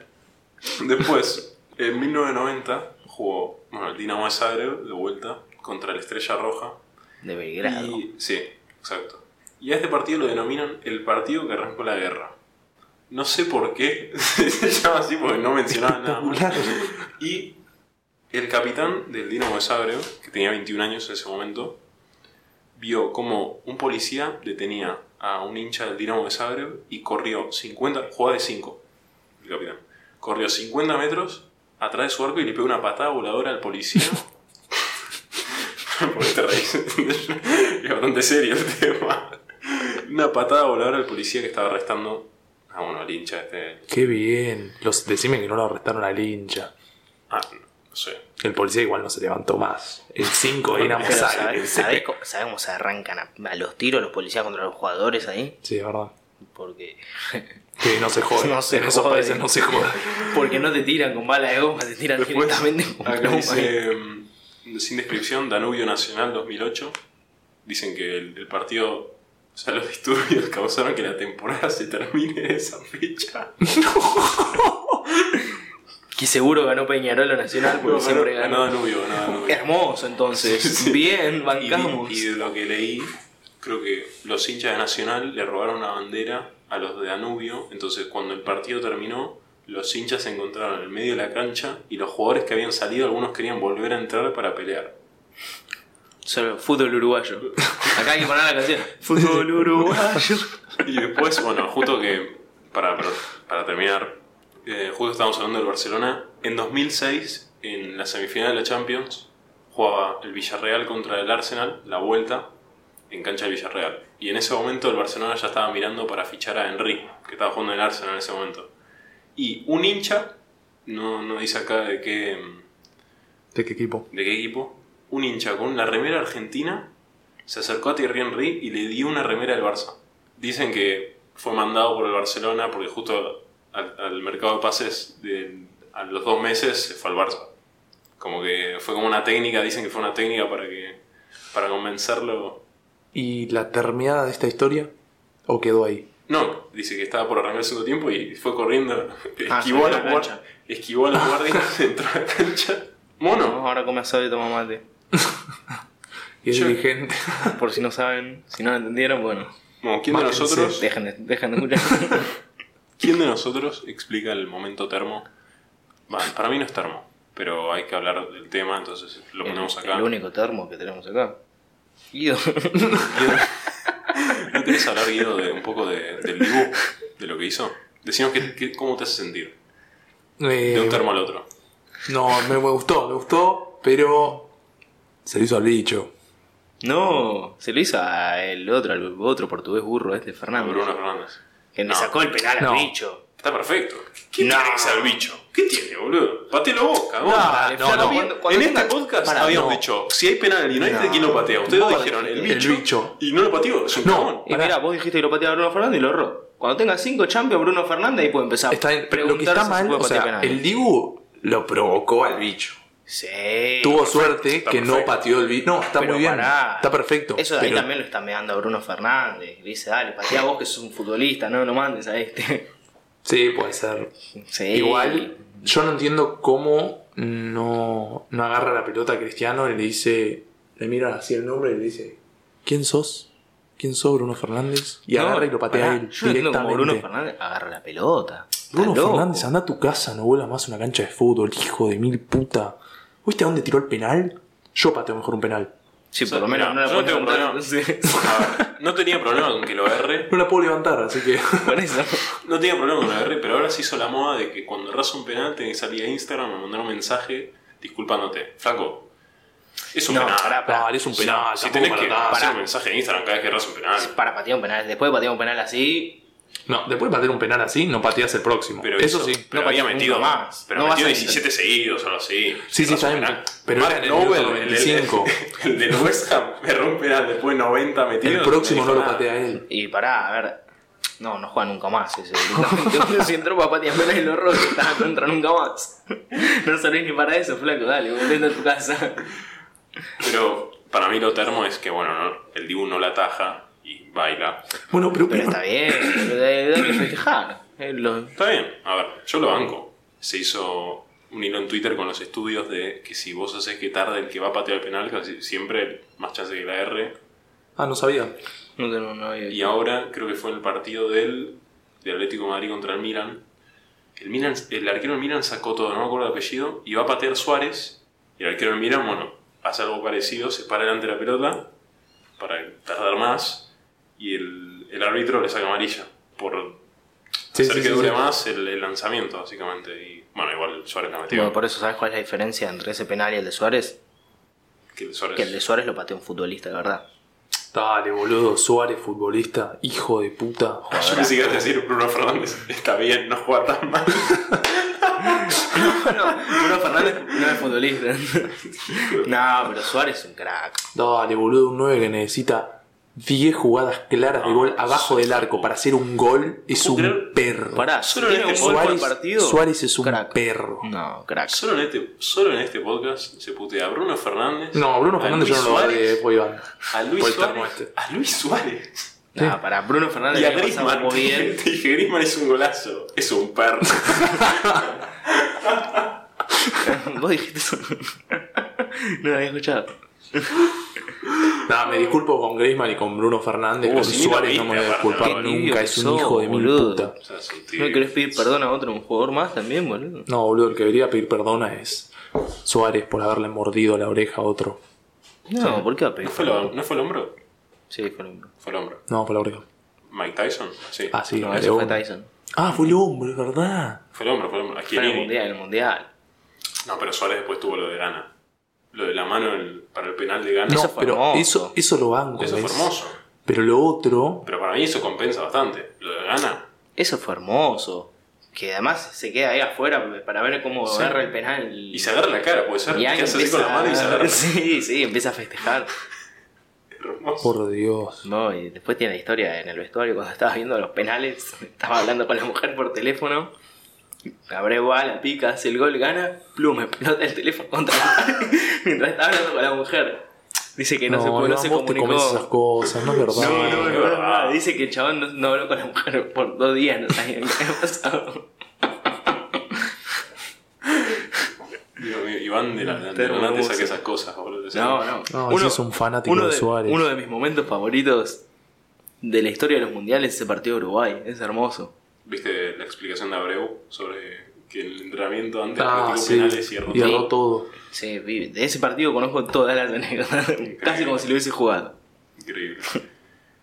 Speaker 1: Después, en 1990, jugó bueno, el Dinamo de Zagreb de vuelta contra la Estrella Roja.
Speaker 3: De Belgrado.
Speaker 1: Y, sí, exacto. Y a este partido lo denominan el partido que arrancó la guerra. No sé por qué se llama así porque no mencionaba nada. más. Y el capitán del Dinamo de Zagreb, que tenía 21 años en ese momento, vio como un policía detenía a un hincha del Dinamo de Zagreb y corrió 50, jugaba de 5, el capitán. Corrió 50 metros atrás de su arco y le pegó una patada voladora al policía. ¿Por qué te reís? es bastante serio el tema. Una patada voladora al policía que estaba arrestando a uno, al hincha este.
Speaker 2: Qué bien. Los, decime que no lo arrestaron al hincha.
Speaker 1: Ah, no sé.
Speaker 2: El policía igual no se levantó más. El 5 de Dinamo
Speaker 3: Pero,
Speaker 2: Zagreb.
Speaker 3: ¿sabes, sabés co- sabés cómo se arrancan a, a los tiros los policías contra los jugadores ahí?
Speaker 2: Sí, es verdad.
Speaker 3: Porque,
Speaker 2: Que no se jode.
Speaker 3: No se
Speaker 2: en esos
Speaker 3: jode.
Speaker 2: países no se jode.
Speaker 3: porque no te tiran con bala de goma, te tiran
Speaker 1: Después,
Speaker 3: directamente con
Speaker 1: Acá
Speaker 3: plomo ahí.
Speaker 1: dice, mm, sin descripción, Danubio Nacional 2008. Dicen que el, el partido, o sea, los disturbios causaron que la temporada se termine en esa fecha.
Speaker 3: Que seguro ganó Peñarolo Nacional porque
Speaker 1: "Ah, No,
Speaker 3: siempre
Speaker 1: ganó- ganó
Speaker 3: ganó.
Speaker 1: Danubio, ganó Danubio.
Speaker 3: Hermoso entonces.
Speaker 1: Sí.
Speaker 3: Bien,
Speaker 1: Y,
Speaker 3: bancamos.
Speaker 1: y de lo que leí, creo que los hinchas de Nacional le robaron una bandera a los de Danubio. Entonces, cuando el partido terminó, los hinchas se encontraron en el medio de la cancha y los jugadores que habían salido, algunos querían volver a entrar para pelear.
Speaker 3: Solo fútbol uruguayo. Acá hay que poner la canción. Fútbol uruguayo.
Speaker 1: Y después, bueno, justo que, para, para, para terminar, eh, justo estábamos hablando del Barcelona. En 2006, en la semifinal de la Champions, jugaba el Villarreal contra el Arsenal, la vuelta, en cancha del Villarreal. Y en ese momento el Barcelona ya estaba mirando para fichar a Henry, que estaba jugando en el Arsenal en ese momento. Y un hincha, no, no dice acá de qué,
Speaker 2: ¿De qué equipo?
Speaker 1: de qué equipo, un hincha con la remera argentina se acercó a Thierry Henry y le dio una remera del Barça. Dicen que fue mandado por el Barcelona porque justo al, al mercado de pases de- a los dos meses se fue al Barça. Como que fue como una técnica, dicen que fue una técnica para que para convencerlo.
Speaker 2: ¿Y la terminada de esta historia? ¿O quedó ahí?
Speaker 1: No, dice que estaba por arrancar el segundo tiempo y fue corriendo,
Speaker 3: Ah,
Speaker 1: esquivó,
Speaker 3: salió
Speaker 1: a
Speaker 3: de
Speaker 1: los
Speaker 3: la
Speaker 1: guar-
Speaker 3: cancha.
Speaker 1: esquivó a los guardias, entró a la cancha. Mono,
Speaker 3: Ahora come asado y toma mate.
Speaker 2: Y que es
Speaker 1: Yo-
Speaker 2: dirigente.
Speaker 3: Por si no saben, si no lo entendieron, bueno,
Speaker 1: Bueno, ¿quién de,
Speaker 2: Bájense.
Speaker 1: nosotros,
Speaker 3: dejen de, dejen de escuchar.
Speaker 1: ¿quién de nosotros explica el momento termo? Bah, para mí no es termo, pero hay que hablar del tema, entonces lo ponemos
Speaker 3: El-
Speaker 1: acá.
Speaker 3: El único termo que tenemos acá. Guido.
Speaker 1: Guido, ¿No querés hablar, Guido, de un poco de- del Dibu? De lo que hizo. Decimos que, que- cómo te hace sentir. De
Speaker 2: Eh,
Speaker 1: un termo al otro.
Speaker 2: no, me, me gustó, me gustó, pero se le hizo al bicho.
Speaker 3: No, se lo hizo al otro, al otro portugués burro este, Fernando.
Speaker 1: Bruno Fernández.
Speaker 3: Que le
Speaker 1: No.
Speaker 3: sacó el penal
Speaker 2: No.
Speaker 3: al bicho.
Speaker 1: Está perfecto. ¿Qué
Speaker 3: No.
Speaker 1: tiene que ser el bicho? ¿Qué tiene, boludo? Patelo boca, vos.
Speaker 2: Ah, no, no.
Speaker 1: Cuando- cuando en este podcast
Speaker 2: Pará,
Speaker 1: habíamos
Speaker 2: no.
Speaker 1: dicho, si hay penal en el United, ¿quién lo patea? Ustedes
Speaker 3: Vos
Speaker 1: dijeron, el
Speaker 3: dijiste,
Speaker 1: bicho.
Speaker 2: el bicho.
Speaker 1: Y no lo pateó, es un
Speaker 2: No.
Speaker 1: cagón.
Speaker 3: Y mira, vos dijiste que lo pateaba Bruno Fernández y lo erró. Cuando tenga cinco champions, Bruno Fernández, ahí puede empezar
Speaker 2: Está en- lo que está
Speaker 3: preguntarse si
Speaker 2: mal,
Speaker 3: puede
Speaker 2: o
Speaker 3: patear
Speaker 2: sea,
Speaker 3: penales.
Speaker 2: el Dibu lo provocó al bicho.
Speaker 3: Sí.
Speaker 2: Tuvo suerte
Speaker 1: está
Speaker 2: que no
Speaker 1: perfecto.
Speaker 2: pateó el bicho. No, está
Speaker 3: Pero
Speaker 2: muy bien.
Speaker 3: pará.
Speaker 2: Está perfecto.
Speaker 3: Eso de ahí
Speaker 2: pero-
Speaker 3: también lo está meando a Bruno Fernández. Le dice, dale, patea vos que sos un futbolista, no lo mandes a este.
Speaker 2: Sí, puede ser.
Speaker 3: Sí.
Speaker 2: Igual, yo no entiendo cómo no, no agarra la pelota a Cristiano y le dice, le mira así el nombre y le dice, ¿quién sos? ¿Quién sos Bruno Fernández? Y
Speaker 3: No,
Speaker 2: agarra y lo patea
Speaker 3: pará,
Speaker 2: a él
Speaker 3: yo no entiendo cómo
Speaker 2: directamente.
Speaker 3: Bruno Fernández agarra la pelota. Está
Speaker 2: Bruno
Speaker 3: loco.
Speaker 2: Fernández, anda a tu casa, no vuela más a una cancha de fútbol, hijo de mil puta. ¿Viste a dónde tiró el penal? Yo pateo mejor un penal.
Speaker 3: Sí, por lo
Speaker 1: Mirá,
Speaker 3: menos no la
Speaker 1: yo no
Speaker 3: puede
Speaker 1: tengo
Speaker 3: levantar,
Speaker 1: problema.
Speaker 3: entonces,
Speaker 1: A ver, no tenía problema con que lo agarre.
Speaker 2: No la puedo levantar, así que...
Speaker 3: Por eso.
Speaker 1: No tenía problema con lo agarre, pero ahora se hizo la moda de que cuando erras un penal tenés que salir a Instagram a mandar un mensaje disculpándote. Flaco, es un
Speaker 3: No,
Speaker 1: penal.
Speaker 3: pará, pará.
Speaker 2: Dale, es un penal.
Speaker 1: si
Speaker 2: tampoco
Speaker 1: tenés que
Speaker 2: para
Speaker 1: hacer
Speaker 2: nada.
Speaker 1: un mensaje en Instagram cada vez que erras un penal.
Speaker 3: Para patear un penal. Después de patear un penal así.
Speaker 2: No, después de patear un penal así, no pateas el próximo.
Speaker 1: Pero
Speaker 2: eso,
Speaker 1: hizo-
Speaker 2: sí.
Speaker 1: Pero
Speaker 3: No
Speaker 1: había
Speaker 3: pateó
Speaker 1: metido
Speaker 3: nunca
Speaker 1: más.
Speaker 3: más.
Speaker 1: Pero
Speaker 3: No vas
Speaker 1: metió
Speaker 3: a
Speaker 1: 17 seguidos o algo así.
Speaker 2: Sí, sí,
Speaker 1: Erras un
Speaker 2: saben,
Speaker 1: penal.
Speaker 2: pero
Speaker 1: Mark
Speaker 2: era en el
Speaker 1: Noble,
Speaker 2: minuto 95.
Speaker 1: El, el del West Ham erró un penal después de 90 metidos.
Speaker 2: El próximo no
Speaker 1: dijo
Speaker 2: lo
Speaker 1: nada.
Speaker 2: patea él.
Speaker 3: Y pará, a ver. No, no juega nunca más ese. directamente. si entró para patear penal y lo rojo, no entra nunca más. No servís ni para eso, flaco. Dale, volviendo a tu casa.
Speaker 1: Pero para mí lo termo es que, bueno, no, el Dibu no la ataja y baila.
Speaker 2: Bueno, pero,
Speaker 3: Pero está bien. Dale, dale festejar. Eh, lo-
Speaker 1: Está bien, a ver, yo lo banco. Se hizo un hilo en Twitter con los estudios de que si vos haces que tarde el que va a patear el penal, casi siempre más chance que la R.
Speaker 2: Ah, no sabía.
Speaker 3: No tengo no había-
Speaker 1: Y ahora creo que fue el partido del, del Atlético de Madrid contra el Milan. El, Milan. el arquero del Milan sacó todo, no me acuerdo el apellido, y va a patear Suárez. Y el arquero del Milan, bueno, hace algo parecido, se para delante de la pelota para tardar más. Y el, el árbitro le saca amarilla por
Speaker 2: Sí,
Speaker 1: hacer
Speaker 2: sí,
Speaker 1: que
Speaker 2: sí,
Speaker 1: dure
Speaker 2: sí.
Speaker 1: más el, el lanzamiento, básicamente. Y bueno, igual Suárez la metió.
Speaker 3: Bueno, por eso, ¿sabes cuál es la diferencia entre ese penal y el de Suárez?
Speaker 1: que el Suárez-
Speaker 3: Que el de Suárez lo pateó un futbolista, de verdad.
Speaker 2: Dale, boludo. Suárez, futbolista, hijo de puta.
Speaker 1: Ah, yo pensé que ibas a decir Bruno Fernández. Está bien, no juega tan mal.
Speaker 3: No, Bruno Fernández no es futbolista. no, pero Suárez es un crack.
Speaker 2: Dale, boludo. Un 9 que necesita 10 jugadas claras de gol abajo del arco para hacer un gol es
Speaker 1: Ah, ¿Puedo
Speaker 2: un
Speaker 1: creer?
Speaker 2: perro.
Speaker 3: Pará, si
Speaker 1: Solo en
Speaker 3: tiene un
Speaker 1: este
Speaker 3: gol por
Speaker 2: Suárez,
Speaker 3: partido.
Speaker 2: Suárez es un
Speaker 3: crack.
Speaker 2: perro.
Speaker 1: Mm.
Speaker 3: No, crack.
Speaker 1: Solo en, este, solo en este podcast se putea a Bruno Fernández.
Speaker 2: No, Bruno
Speaker 1: a
Speaker 2: Fernández yo
Speaker 1: Luis
Speaker 2: no lo vale,
Speaker 1: Suárez,
Speaker 2: voy eh, Iván.
Speaker 1: A Luis
Speaker 2: por el termo
Speaker 1: Suárez.
Speaker 2: este.
Speaker 1: A Luis Suárez.
Speaker 3: No, para Bruno Fernández
Speaker 1: Y a
Speaker 3: le pasaba
Speaker 1: Griezmann.
Speaker 3: muy bien.
Speaker 1: Te dije, Griezmann hizo un golazo. Es un perro.
Speaker 3: Vos dijiste eso. no lo había escuchado.
Speaker 2: Nada, me disculpo con Griezmann y con Bruno Fernández.
Speaker 1: Uh,
Speaker 2: con
Speaker 1: si ni lo
Speaker 2: Suárez
Speaker 1: viste,
Speaker 2: no me voy a
Speaker 1: aparte,
Speaker 2: disculpar
Speaker 1: qué
Speaker 2: nunca.
Speaker 3: tibio
Speaker 2: Es
Speaker 3: que
Speaker 2: un
Speaker 3: sos,
Speaker 2: hijo de mil
Speaker 3: boludo.
Speaker 2: puta.
Speaker 1: O sea, sí,
Speaker 3: ¿No le querés pedir perdón a otro jugador más también, boludo?
Speaker 2: No, boludo, el que debería pedir perdona es Suárez por haberle mordido la oreja a otro.
Speaker 3: No, ¿por qué va a pedir?
Speaker 1: ¿No fue, lo- ¿No fue el hombro?
Speaker 3: Sí, fue un...
Speaker 1: Fue el hombro.
Speaker 2: No, por la oreja.
Speaker 1: Mike Tyson. Sí.
Speaker 2: Ah, sí,
Speaker 3: No,
Speaker 2: el
Speaker 3: eso fue
Speaker 2: hombro.
Speaker 3: Tyson.
Speaker 2: Ah, fue el hombro, es verdad.
Speaker 1: Fue el hombro, fue el hombro. Aquí
Speaker 3: Fue en el
Speaker 1: Nini.
Speaker 3: mundial, en el mundial.
Speaker 1: No, pero Suárez después tuvo lo de Gana. Lo de la mano en- para el penal de Gana.
Speaker 2: No,
Speaker 3: Eso fue
Speaker 2: pero
Speaker 3: hermoso.
Speaker 2: eso, eso lo banco.
Speaker 1: eso fue
Speaker 2: ¿ves?
Speaker 1: hermoso.
Speaker 2: Pero lo otro.
Speaker 1: Pero para mí eso compensa bastante. Lo de Gana.
Speaker 3: Eso fue hermoso. Que además se queda ahí afuera para ver cómo
Speaker 1: Sí.
Speaker 3: agarra el penal.
Speaker 1: Y se agarra la cara, puede ser.
Speaker 3: Y
Speaker 1: Que
Speaker 3: ahí
Speaker 1: hace así con la mano y se agarra.
Speaker 3: Sí, sí, empieza a festejar.
Speaker 1: Hermoso.
Speaker 2: Por Dios.
Speaker 3: No, y después tiene la historia en el vestuario cuando estaba viendo los penales, estaba hablando con la mujer por teléfono. Abreva, la pica, hace el gol, gana, plum, explota el teléfono contra la pared mientras estaba hablando con la mujer. Dice que no, se, pudo, no
Speaker 2: Iván,
Speaker 3: se
Speaker 2: vos te comes esas
Speaker 3: comunicó.
Speaker 2: cosas, no es verdad.
Speaker 3: No,
Speaker 1: Sí,
Speaker 3: no,
Speaker 1: es
Speaker 3: no,
Speaker 1: verdad.
Speaker 3: no, dice que el chabón no, no habló con la mujer por dos días, no sabía qué había pasado.
Speaker 1: Dios mío, Iván de la de
Speaker 3: Termo
Speaker 1: Hernández
Speaker 3: Musa.
Speaker 1: saque esas cosas, boludo. O sea,
Speaker 3: No, no.
Speaker 2: No, ese es un fanático
Speaker 3: uno
Speaker 2: de Suárez.
Speaker 3: Uno de mis momentos favoritos de la historia de los mundiales es ese partido de Uruguay. Es hermoso.
Speaker 1: ¿Viste la explicación de Abreu sobre que en el entrenamiento antes no
Speaker 2: Ah,
Speaker 1: tiró
Speaker 2: sí.
Speaker 1: penales y erró
Speaker 2: Y
Speaker 1: todo?
Speaker 2: erró todo.
Speaker 3: Sí, vi- de ese partido conozco todas las anécdotas. Casi como si lo hubiese jugado.
Speaker 1: Increíble.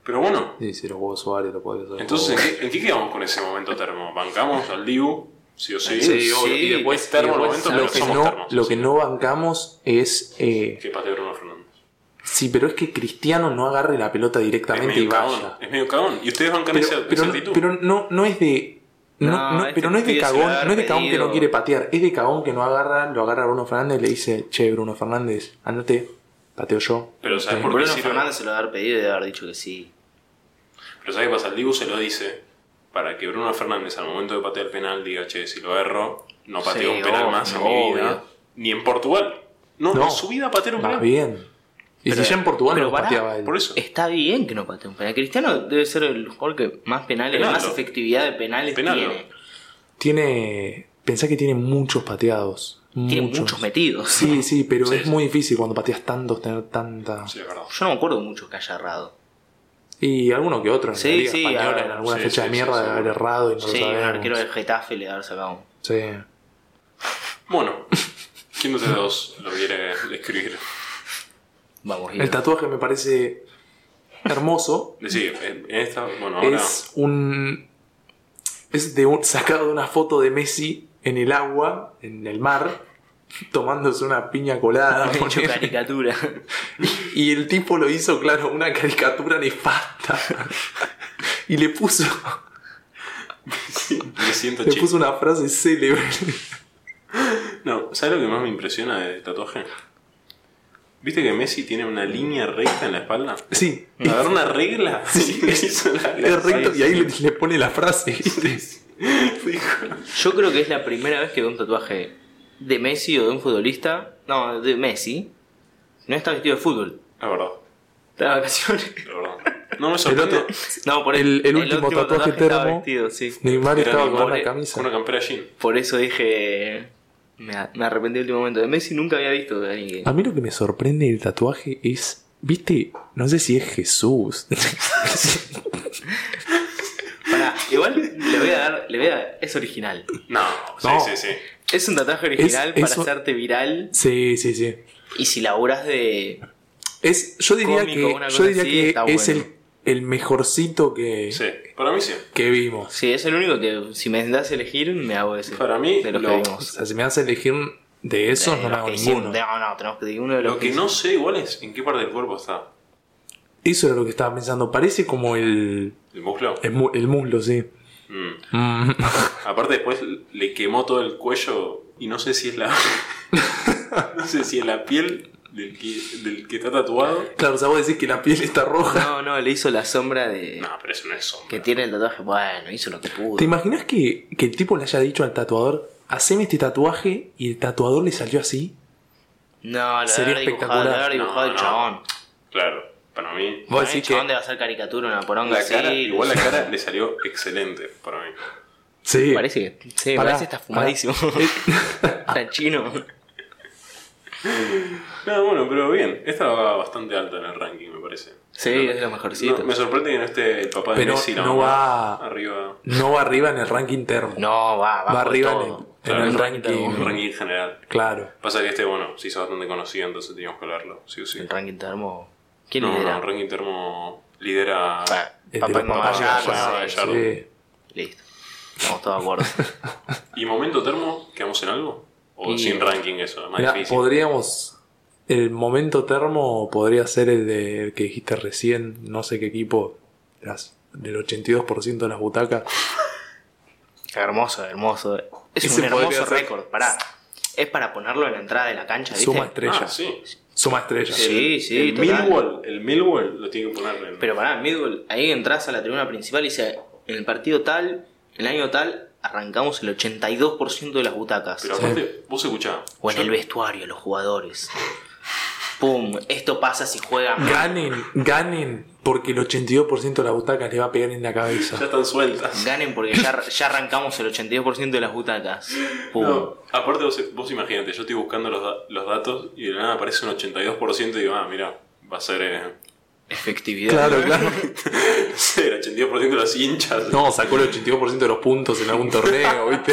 Speaker 1: Pero bueno,
Speaker 2: Y si los huevos Suárez lo podía hacer.
Speaker 1: entonces, ¿en qué, en qué quedamos con ese momento termo? ¿Bancamos al Dibu? Sí o sí.
Speaker 2: Sí, obvio.
Speaker 3: sí,
Speaker 2: y después,
Speaker 1: es termo
Speaker 2: y
Speaker 1: el
Speaker 2: después
Speaker 1: momento,
Speaker 2: lo,
Speaker 1: pero
Speaker 2: que
Speaker 1: somos
Speaker 2: no,
Speaker 1: termos.
Speaker 2: lo que no bancamos es. eh,
Speaker 1: Que patee Bruno Fernández.
Speaker 2: sí, pero es que Cristiano no agarre la pelota
Speaker 1: Es
Speaker 2: directamente y
Speaker 1: medio,
Speaker 2: vaya.
Speaker 1: cagón, es medio cagón. Y ustedes bancan
Speaker 2: Pero,
Speaker 1: esa, esa
Speaker 2: pero no-
Speaker 1: actitud.
Speaker 2: pero no, no es de. No,
Speaker 3: No,
Speaker 2: no,
Speaker 3: este
Speaker 2: pero no es de
Speaker 3: pibe se
Speaker 2: cagón,
Speaker 3: va a dar
Speaker 2: no es de cagón que
Speaker 3: pedido.
Speaker 2: no quiere patear, es de cagón que no agarra, lo agarra a Bruno Fernández y le dice, che Bruno Fernández, andate, pateo yo.
Speaker 1: Pero, ¿sabes
Speaker 2: Sí.
Speaker 1: por qué?
Speaker 3: Bruno
Speaker 1: sirve?
Speaker 3: Fernández se lo debe haber pedido y debe haber dicho que sí.
Speaker 1: Pero ¿sabes qué pasa? El Dibu se lo dice para que Bruno Fernández al momento de patear el penal diga, che, si lo erro, no pateo
Speaker 3: Sí,
Speaker 1: un penal
Speaker 3: obvio,
Speaker 1: más en mi vida.
Speaker 3: obvio.
Speaker 1: Ni en Portugal. No,
Speaker 2: No.
Speaker 1: en su vida patear un
Speaker 2: Más
Speaker 1: penal.
Speaker 2: bien. Y
Speaker 3: Pero-
Speaker 2: si ya en Portugal no
Speaker 3: pero
Speaker 2: lo
Speaker 3: pará,
Speaker 2: pateaba él.
Speaker 1: Por eso.
Speaker 3: Está bien que no patee un penal. Cristiano debe ser el jugador que más penales,
Speaker 1: Penalo.
Speaker 3: más efectividad de penales
Speaker 1: Penalo.
Speaker 3: tiene.
Speaker 2: Tiene. Pensá que tiene muchos pateados.
Speaker 3: Tiene muchos metidos.
Speaker 2: Sí, sí, pero
Speaker 1: Sí,
Speaker 2: es
Speaker 1: sí.
Speaker 2: muy difícil cuando pateas tantos tener tanta.
Speaker 1: Sí, es verdad.
Speaker 3: Yo no me acuerdo mucho que haya errado.
Speaker 2: Y alguno que otro en
Speaker 3: Sí,
Speaker 2: la Liga
Speaker 3: sí,
Speaker 2: Española
Speaker 3: ah,
Speaker 2: en alguna
Speaker 1: sí, sí,
Speaker 2: fecha de
Speaker 1: sí,
Speaker 2: mierda de
Speaker 1: sí.
Speaker 2: haber errado y no
Speaker 3: sí,
Speaker 2: lo
Speaker 3: un
Speaker 2: sabemos.
Speaker 3: arquero del Getafe le debe haber sacado un-
Speaker 2: Sí.
Speaker 1: Bueno, ¿quién de ustedes dos lo quiere escribir?
Speaker 3: Vamos,
Speaker 2: El tatuaje me parece hermoso.
Speaker 1: Decir, en en esta, bueno, ahora.
Speaker 2: Es un. Es de un, sacado de una foto de Messi en el agua, en el mar, tomándose una piña colada.
Speaker 3: He hecho
Speaker 2: ponele.
Speaker 3: caricatura.
Speaker 2: Y el tipo lo hizo, claro, una caricatura nefasta. Y le puso,
Speaker 1: Me siento
Speaker 2: le
Speaker 1: chico.
Speaker 2: puso una frase célebre.
Speaker 1: No, ¿sabes lo que más me impresiona del tatuaje? ¿Viste que Messi tiene una línea recta en la espalda?
Speaker 2: Sí,
Speaker 1: A ver, una regla.
Speaker 2: Sí.
Speaker 1: Hizo la-
Speaker 2: es recto y ahí le, le pone la frase. ¿viste?
Speaker 1: Dijo,
Speaker 3: Yo creo que es la primera vez que veo un tatuaje de Messi o de un futbolista. No, de Messi. No está vestido de fútbol.
Speaker 1: La verdad,
Speaker 3: Está de vacaciones.
Speaker 1: la verdad. No me
Speaker 2: El
Speaker 1: sorprende.
Speaker 2: otro,
Speaker 3: No, por
Speaker 2: El- el último tatuaje
Speaker 3: estaba
Speaker 2: termo.
Speaker 3: vestido, sí.
Speaker 2: Neymar
Speaker 1: Era
Speaker 2: estaba
Speaker 1: Neymar,
Speaker 2: con una
Speaker 1: eh,
Speaker 2: camisa.
Speaker 1: con Una campera jean.
Speaker 3: Por eso dije. Me, a- me arrepentí en el último momento. De Messi nunca había visto a alguien que-
Speaker 2: A mí lo que me sorprende del tatuaje es, viste, no sé si es Jesús.
Speaker 3: Pará, igual le voy a dar. Le voy a Es original.
Speaker 1: No, sí,
Speaker 2: No.
Speaker 1: sí, sí.
Speaker 3: Es un tatuaje original
Speaker 2: Es-
Speaker 3: para
Speaker 2: es un-
Speaker 3: hacerte viral.
Speaker 2: sí, sí, sí.
Speaker 3: Y si laburás de.
Speaker 2: Es, yo diría
Speaker 3: Cómico, una
Speaker 2: que,
Speaker 3: cosa
Speaker 2: yo diría
Speaker 3: así,
Speaker 2: que
Speaker 3: está
Speaker 2: es
Speaker 3: bueno.
Speaker 2: el, el mejorcito que,
Speaker 1: Sí, para mí sí.
Speaker 2: que vimos.
Speaker 3: Sí, es el único que si me das a elegir, me hago ese.
Speaker 1: Para mí,
Speaker 3: de los
Speaker 1: lo-
Speaker 3: que
Speaker 2: O
Speaker 3: vimos.
Speaker 2: sea, si me das a elegir de esos,
Speaker 3: De
Speaker 2: no me
Speaker 3: los
Speaker 2: hago
Speaker 3: que hicimos.
Speaker 2: ninguno.
Speaker 3: No, no, tenemos que decir uno de los
Speaker 1: Lo que no sé igual es en qué parte del cuerpo está.
Speaker 2: Eso era lo que estaba pensando. Parece como el,
Speaker 1: ¿El muslo?
Speaker 2: el, mu- el muslo, sí.
Speaker 1: Mm.
Speaker 2: Mm.
Speaker 1: Aparte después le quemó todo el cuello y no sé si es la... no sé si es la piel del que, del que está tatuado.
Speaker 3: Eh,
Speaker 2: Claro, o sea, vos decís que la piel está roja.
Speaker 3: No, no, le hizo la sombra de.
Speaker 1: No, pero eso no es sombra.
Speaker 3: Que tiene el tatuaje. Bueno, hizo lo que pudo.
Speaker 2: ¿Te imaginas que, que el tipo le haya dicho al tatuador, haceme este tatuaje y el tatuador le salió así?
Speaker 3: No, lo
Speaker 2: Sería
Speaker 3: debe haber dibujado, lo debe haber
Speaker 1: espectacular.
Speaker 3: dibujado el
Speaker 1: No, no.
Speaker 3: chabón.
Speaker 1: Claro, para mí...
Speaker 2: Vos
Speaker 3: Para mí el
Speaker 2: decís
Speaker 3: chabón
Speaker 2: que...
Speaker 3: debe hacer caricatura, una poronga
Speaker 1: La
Speaker 3: así.
Speaker 1: cara, igual la
Speaker 3: le-
Speaker 1: cara le salió excelente para mí.
Speaker 2: Sí.
Speaker 3: Parece que. Sí,
Speaker 2: Pará,
Speaker 3: parece que está fumadísimo.
Speaker 2: Eh,
Speaker 3: está chino.
Speaker 1: No, bueno, pero bien. Esta va bastante alta en el ranking, me parece.
Speaker 3: Sí, es lo mejorcito.
Speaker 1: No, me sorprende que no esté el papá de
Speaker 2: Pero
Speaker 1: Messi y la
Speaker 2: no va-
Speaker 1: mamá arriba.
Speaker 2: No va arriba en el ranking termo.
Speaker 3: No, va, va.
Speaker 2: va
Speaker 3: por
Speaker 2: arriba en el,
Speaker 3: todo.
Speaker 2: en
Speaker 1: Claro,
Speaker 2: el
Speaker 1: en el
Speaker 2: ranking.
Speaker 1: Un ranking general.
Speaker 2: Claro.
Speaker 1: Pasa que este, bueno, se hizo bastante conocido, entonces teníamos que hablarlo, sí o sí.
Speaker 3: El ranking termo. ¿Quién
Speaker 1: no,
Speaker 3: lidera?
Speaker 1: no, el ranking termo lidera.
Speaker 3: Ah,
Speaker 2: El
Speaker 3: papá
Speaker 2: de
Speaker 3: y mamá
Speaker 2: Este, papá,
Speaker 3: ya,
Speaker 1: papá,
Speaker 3: pues,
Speaker 1: ya. Claro.
Speaker 2: Sí.
Speaker 3: Listo. Estamos todos de acuerdo.
Speaker 1: ¿Y momento termo? ¿Quedamos en algo? ¿O
Speaker 3: Y-
Speaker 1: sin ranking eso? Es más
Speaker 2: Mirá,
Speaker 1: difícil. Ah,
Speaker 2: podríamos... El momento termo podría ser el, de, el que dijiste recién, no sé qué equipo, las, del 82% de las butacas.
Speaker 3: Hermoso, hermoso. Es
Speaker 2: Ese
Speaker 3: un
Speaker 2: podría
Speaker 3: hermoso
Speaker 2: ser-
Speaker 3: récord, pará. Es para ponerlo en la entrada de la cancha, ¿viste?
Speaker 2: Suma estrella.
Speaker 1: Ah, sí.
Speaker 2: Suma estrella.
Speaker 3: Sí, sí,
Speaker 1: El
Speaker 3: total.
Speaker 1: Millwall, el Millwall lo tiene que poner en.
Speaker 3: Pero pará, Midwell, ahí entras a la tribuna principal y dice, en el partido tal, en el año tal, arrancamos el 82% de las butacas.
Speaker 1: Pero aparte, vos escuchá.
Speaker 3: o en
Speaker 1: yo-
Speaker 3: el vestuario, los jugadores. Pum, esto pasa si juega mal.
Speaker 2: Ganen, ganen, porque el 82% de las butacas le va a pegar en la cabeza.
Speaker 1: Ya están sueltas.
Speaker 3: Ganen porque ya, ya arrancamos el 82% de las butacas. Pum.
Speaker 1: No, aparte, vos, vos imagínate, yo estoy buscando los, da- los datos y de la nada aparece un 82% y digo, ah, mira, va a ser. eh,
Speaker 3: Efectividad.
Speaker 2: Claro, claro.
Speaker 1: no sé, el 82% de las hinchas
Speaker 2: No, sacó el 82% de los puntos en algún torneo, ¿viste?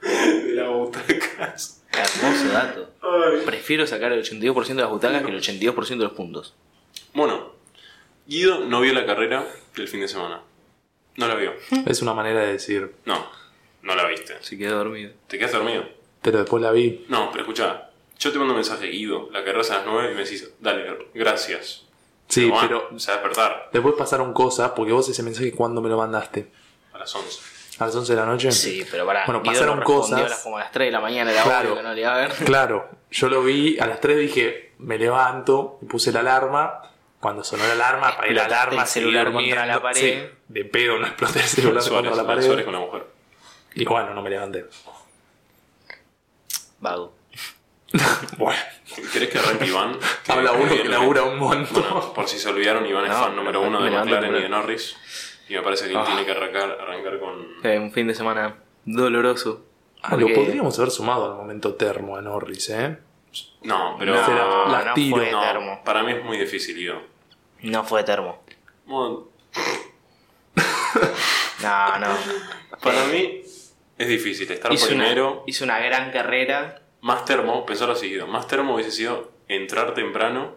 Speaker 1: de las butacas.
Speaker 3: Hermoso dato.
Speaker 1: Ay.
Speaker 3: Prefiero sacar el 82% de las butacas que el 82% de los puntos.
Speaker 1: Bueno, Guido no vio la carrera del fin de semana. No la vio.
Speaker 2: Es una manera de decir.
Speaker 1: No, no la viste.
Speaker 3: Se quedó dormido.
Speaker 1: ¿Te quedas dormido?
Speaker 2: Pero después la vi.
Speaker 1: No, pero escucha, yo te mando un mensaje, Guido, la carrera es a las 9 y me decís, dale, gracias.
Speaker 2: Sí,
Speaker 1: bueno,
Speaker 2: pero
Speaker 1: Se va a despertar
Speaker 2: después pasaron cosas, porque vos ese mensaje cuando me lo mandaste.
Speaker 1: a las 11.
Speaker 2: ¿A las 11 de la noche?
Speaker 3: Sí, pero pará.
Speaker 2: Bueno,
Speaker 3: Guido
Speaker 2: pasaron
Speaker 3: no respondió
Speaker 2: cosas.
Speaker 3: a las- como a las 3 de la mañana, era
Speaker 2: Claro.
Speaker 3: obvio que no le iba a ver.
Speaker 2: Claro, yo lo vi, a las 3 dije, me levanto, y puse la alarma. Cuando sonó la alarma, apagué la
Speaker 3: Explotaste
Speaker 2: alarma,
Speaker 3: el
Speaker 2: seguí
Speaker 3: celular contra
Speaker 2: durmiendo.
Speaker 3: la pared.
Speaker 2: Sí, de pedo no exploté el celular
Speaker 1: Suárez,
Speaker 2: contra la
Speaker 1: Suárez
Speaker 2: pared.
Speaker 1: con la mujer.
Speaker 2: Y bueno, no me levanté.
Speaker 3: Vago.
Speaker 2: Bueno,
Speaker 1: ¿Querés que arranque Iván?
Speaker 2: habla uno que
Speaker 1: Bien,
Speaker 2: labura un
Speaker 1: Bueno,
Speaker 2: montón.
Speaker 1: por si se olvidaron, Iván es
Speaker 3: No,
Speaker 1: fan número uno de
Speaker 3: me levanto
Speaker 1: McLaren y de
Speaker 3: temprano.
Speaker 1: Norris. Y me parece que él
Speaker 3: Ah.
Speaker 1: tiene que arrancar, arrancar con.
Speaker 3: Fue Eh, un fin de semana doloroso.
Speaker 2: Ah, lo
Speaker 3: Porque-
Speaker 2: podríamos haber sumado al momento termo a Norris, ¿eh?
Speaker 1: No, pero.
Speaker 2: No, será-
Speaker 1: No,
Speaker 2: la
Speaker 3: no
Speaker 2: tiro.
Speaker 3: fue termo.
Speaker 1: para mí es muy difícil, Guido.
Speaker 3: No fue termo.
Speaker 1: Bueno,
Speaker 3: No, no.
Speaker 1: para mí es difícil estar
Speaker 3: Hizo una,
Speaker 1: primero.
Speaker 3: hizo una gran carrera.
Speaker 1: Más termo, pensarlo así, Guido, más termo hubiese sido entrar temprano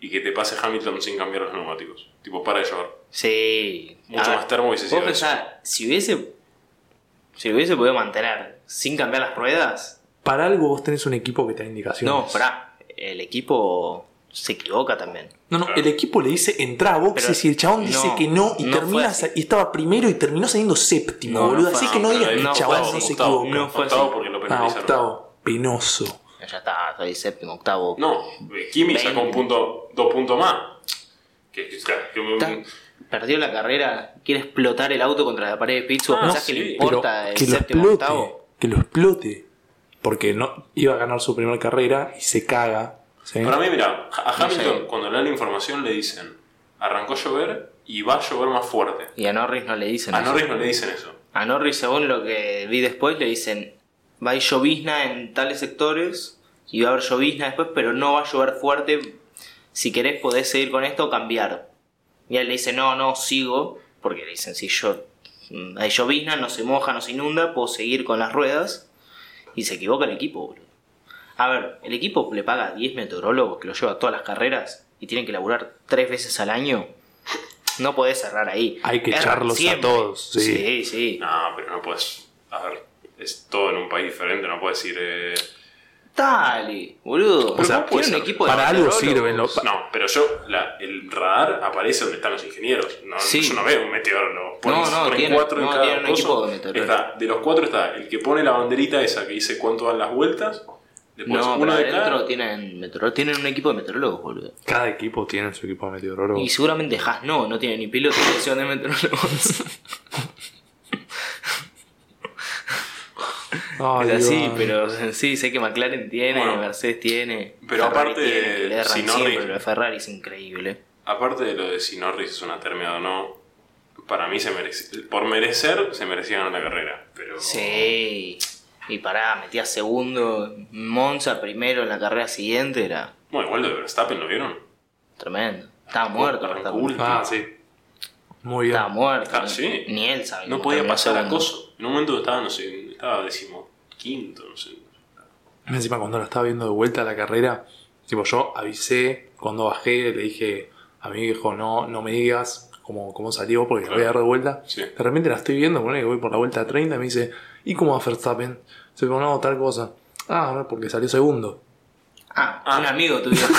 Speaker 1: y que te pase Hamilton sin cambiar los neumáticos. Tipo, para de llover.
Speaker 3: Sí.
Speaker 1: Mucho
Speaker 3: A ver,
Speaker 1: más termo hubiese
Speaker 3: Vos
Speaker 1: sido. eso.
Speaker 3: pensá, si hubiese. Si lo hubiese podido mantener sin cambiar las ruedas.
Speaker 2: Para algo vos tenés un equipo que te da indicaciones.
Speaker 3: No, pará. El equipo se equivoca también.
Speaker 2: No, no, el equipo le dice entra a boxes
Speaker 3: Pero-
Speaker 2: y el chabón
Speaker 3: no,
Speaker 2: dice que no y
Speaker 3: no fue
Speaker 2: termina
Speaker 3: así.
Speaker 2: sa- y estaba primero y terminó saliendo séptimo,
Speaker 3: No, no
Speaker 2: boludo.
Speaker 3: fue-
Speaker 2: así
Speaker 3: no,
Speaker 2: que no
Speaker 1: pero
Speaker 2: digas que
Speaker 1: ahí
Speaker 2: el
Speaker 3: no fue
Speaker 2: chabón
Speaker 1: octavo,
Speaker 2: no se
Speaker 1: octavo,
Speaker 2: equivoca.
Speaker 3: no fue
Speaker 1: octavo
Speaker 3: así.
Speaker 1: porque lo
Speaker 2: ah,
Speaker 1: penalizaron.
Speaker 2: octavo, penoso.
Speaker 3: Ya está, soy séptimo, octavo.
Speaker 1: No, eh, Kimi sacó un punto, dos puntos más. Que, que- que-
Speaker 3: Está- perdió la carrera, quiere explotar el auto contra la pared de pits, ¿vos
Speaker 1: Ah,
Speaker 3: pensás
Speaker 1: sí.
Speaker 3: que le
Speaker 1: Pero
Speaker 3: importa el
Speaker 2: que lo
Speaker 3: séptimo
Speaker 2: explote,
Speaker 3: octavo?
Speaker 2: que lo explote. Porque no iba a ganar su primera carrera y se caga. ¿sí?
Speaker 3: ¿Eh?
Speaker 1: Para mí, mira, a
Speaker 3: No
Speaker 1: Hamilton
Speaker 3: sé.
Speaker 1: cuando le dan la información le dicen, arrancó a llover y va a llover más fuerte.
Speaker 3: Y a Norris no le dicen
Speaker 1: A
Speaker 3: eso.
Speaker 1: Norris no le dicen eso.
Speaker 3: A Norris, según lo que vi después, le dicen va a ir llovizna en tales sectores y va a haber llovizna después, pero no va a llover fuerte. Si querés podés seguir con esto o cambiar. Y él le dice, no, no, sigo, porque le dicen, si yo mm, hay llovizna, no se moja, no se inunda, puedo seguir con las ruedas. Y se equivoca el equipo, boludo. A ver, el equipo le paga a 10 meteorólogos que lo lleva a todas las carreras y tienen que laburar tres veces al año. No podés cerrar ahí.
Speaker 2: Hay que
Speaker 3: Erran
Speaker 2: echarlos a
Speaker 3: siempre.
Speaker 2: todos, sí.
Speaker 3: sí, sí.
Speaker 1: No, pero no puedes. A ver, es todo en un país diferente, no puedes ir. eh,
Speaker 3: Dale, boludo.
Speaker 1: Pero
Speaker 2: sea,
Speaker 3: Tiene
Speaker 1: puede
Speaker 3: un
Speaker 1: ser.
Speaker 3: equipo de
Speaker 2: Para algo
Speaker 3: meteorólogos.
Speaker 2: sirven los.
Speaker 1: No, pero yo, la- el radar aparece donde están los ingenieros. No,
Speaker 3: Sí.
Speaker 1: Yo no veo un meteorólogo.
Speaker 3: No, no, tiene- no, tiene un
Speaker 1: coso.
Speaker 3: equipo de meteorólogos.
Speaker 1: Está- de los cuatro está el que pone la banderita esa que dice cuánto dan las vueltas. Después
Speaker 3: No, pero
Speaker 1: pues, uno de
Speaker 3: adentro
Speaker 1: cada.
Speaker 3: tienen, meteoró- tienen un equipo de meteorólogos, boludo.
Speaker 2: Cada equipo tiene su equipo de meteorólogo.
Speaker 3: Y seguramente Haas no, no tiene ni piloto de sección de meteorólogos.
Speaker 2: Ay,
Speaker 3: es así,
Speaker 2: Dios.
Speaker 3: pero sí, sé que McLaren tiene,
Speaker 1: Bueno.
Speaker 3: Mercedes tiene.
Speaker 1: Pero
Speaker 3: Ferrari
Speaker 1: aparte,
Speaker 3: tiene, que le erran
Speaker 1: si no,
Speaker 3: siempre,
Speaker 1: ni-
Speaker 3: pero lo de Ferrari es increíble.
Speaker 1: Aparte de lo de si Norris es una termiada o no, para mí se merece. Por merecer, se merecía ganar la carrera. Pero.
Speaker 3: Sí. Y pará, metía segundo, Monza primero en la carrera siguiente, era
Speaker 1: Bueno, igual lo de Verstappen, ¿lo vieron?
Speaker 3: tremendo. Estaba muerto,
Speaker 1: Arrancó
Speaker 3: Verstappen.
Speaker 1: último.
Speaker 2: Ah, sí. Muy bien.
Speaker 3: Estaba muerto.
Speaker 1: Ah, sí.
Speaker 3: Ni él sabía.
Speaker 1: No
Speaker 3: cómo
Speaker 1: podía
Speaker 3: terminó
Speaker 1: pasar
Speaker 3: segundo.
Speaker 1: acoso. En un momento estaba, no sé, estaba decimoquinto, no sé.
Speaker 2: Encima cuando la estaba viendo de vuelta a la carrera, tipo yo avisé, cuando bajé le dije a mi viejo, no, no me digas cómo, cómo salió porque la voy a dar de vuelta.
Speaker 1: Sí.
Speaker 2: De repente la estoy viendo, bueno, que voy por la vuelta 30 y me dice, ¿y cómo va Verstappen? Se me no, tal cosa. Ah, no, porque salió segundo.
Speaker 3: Ah,
Speaker 1: Ah.
Speaker 3: un amigo tuvieron.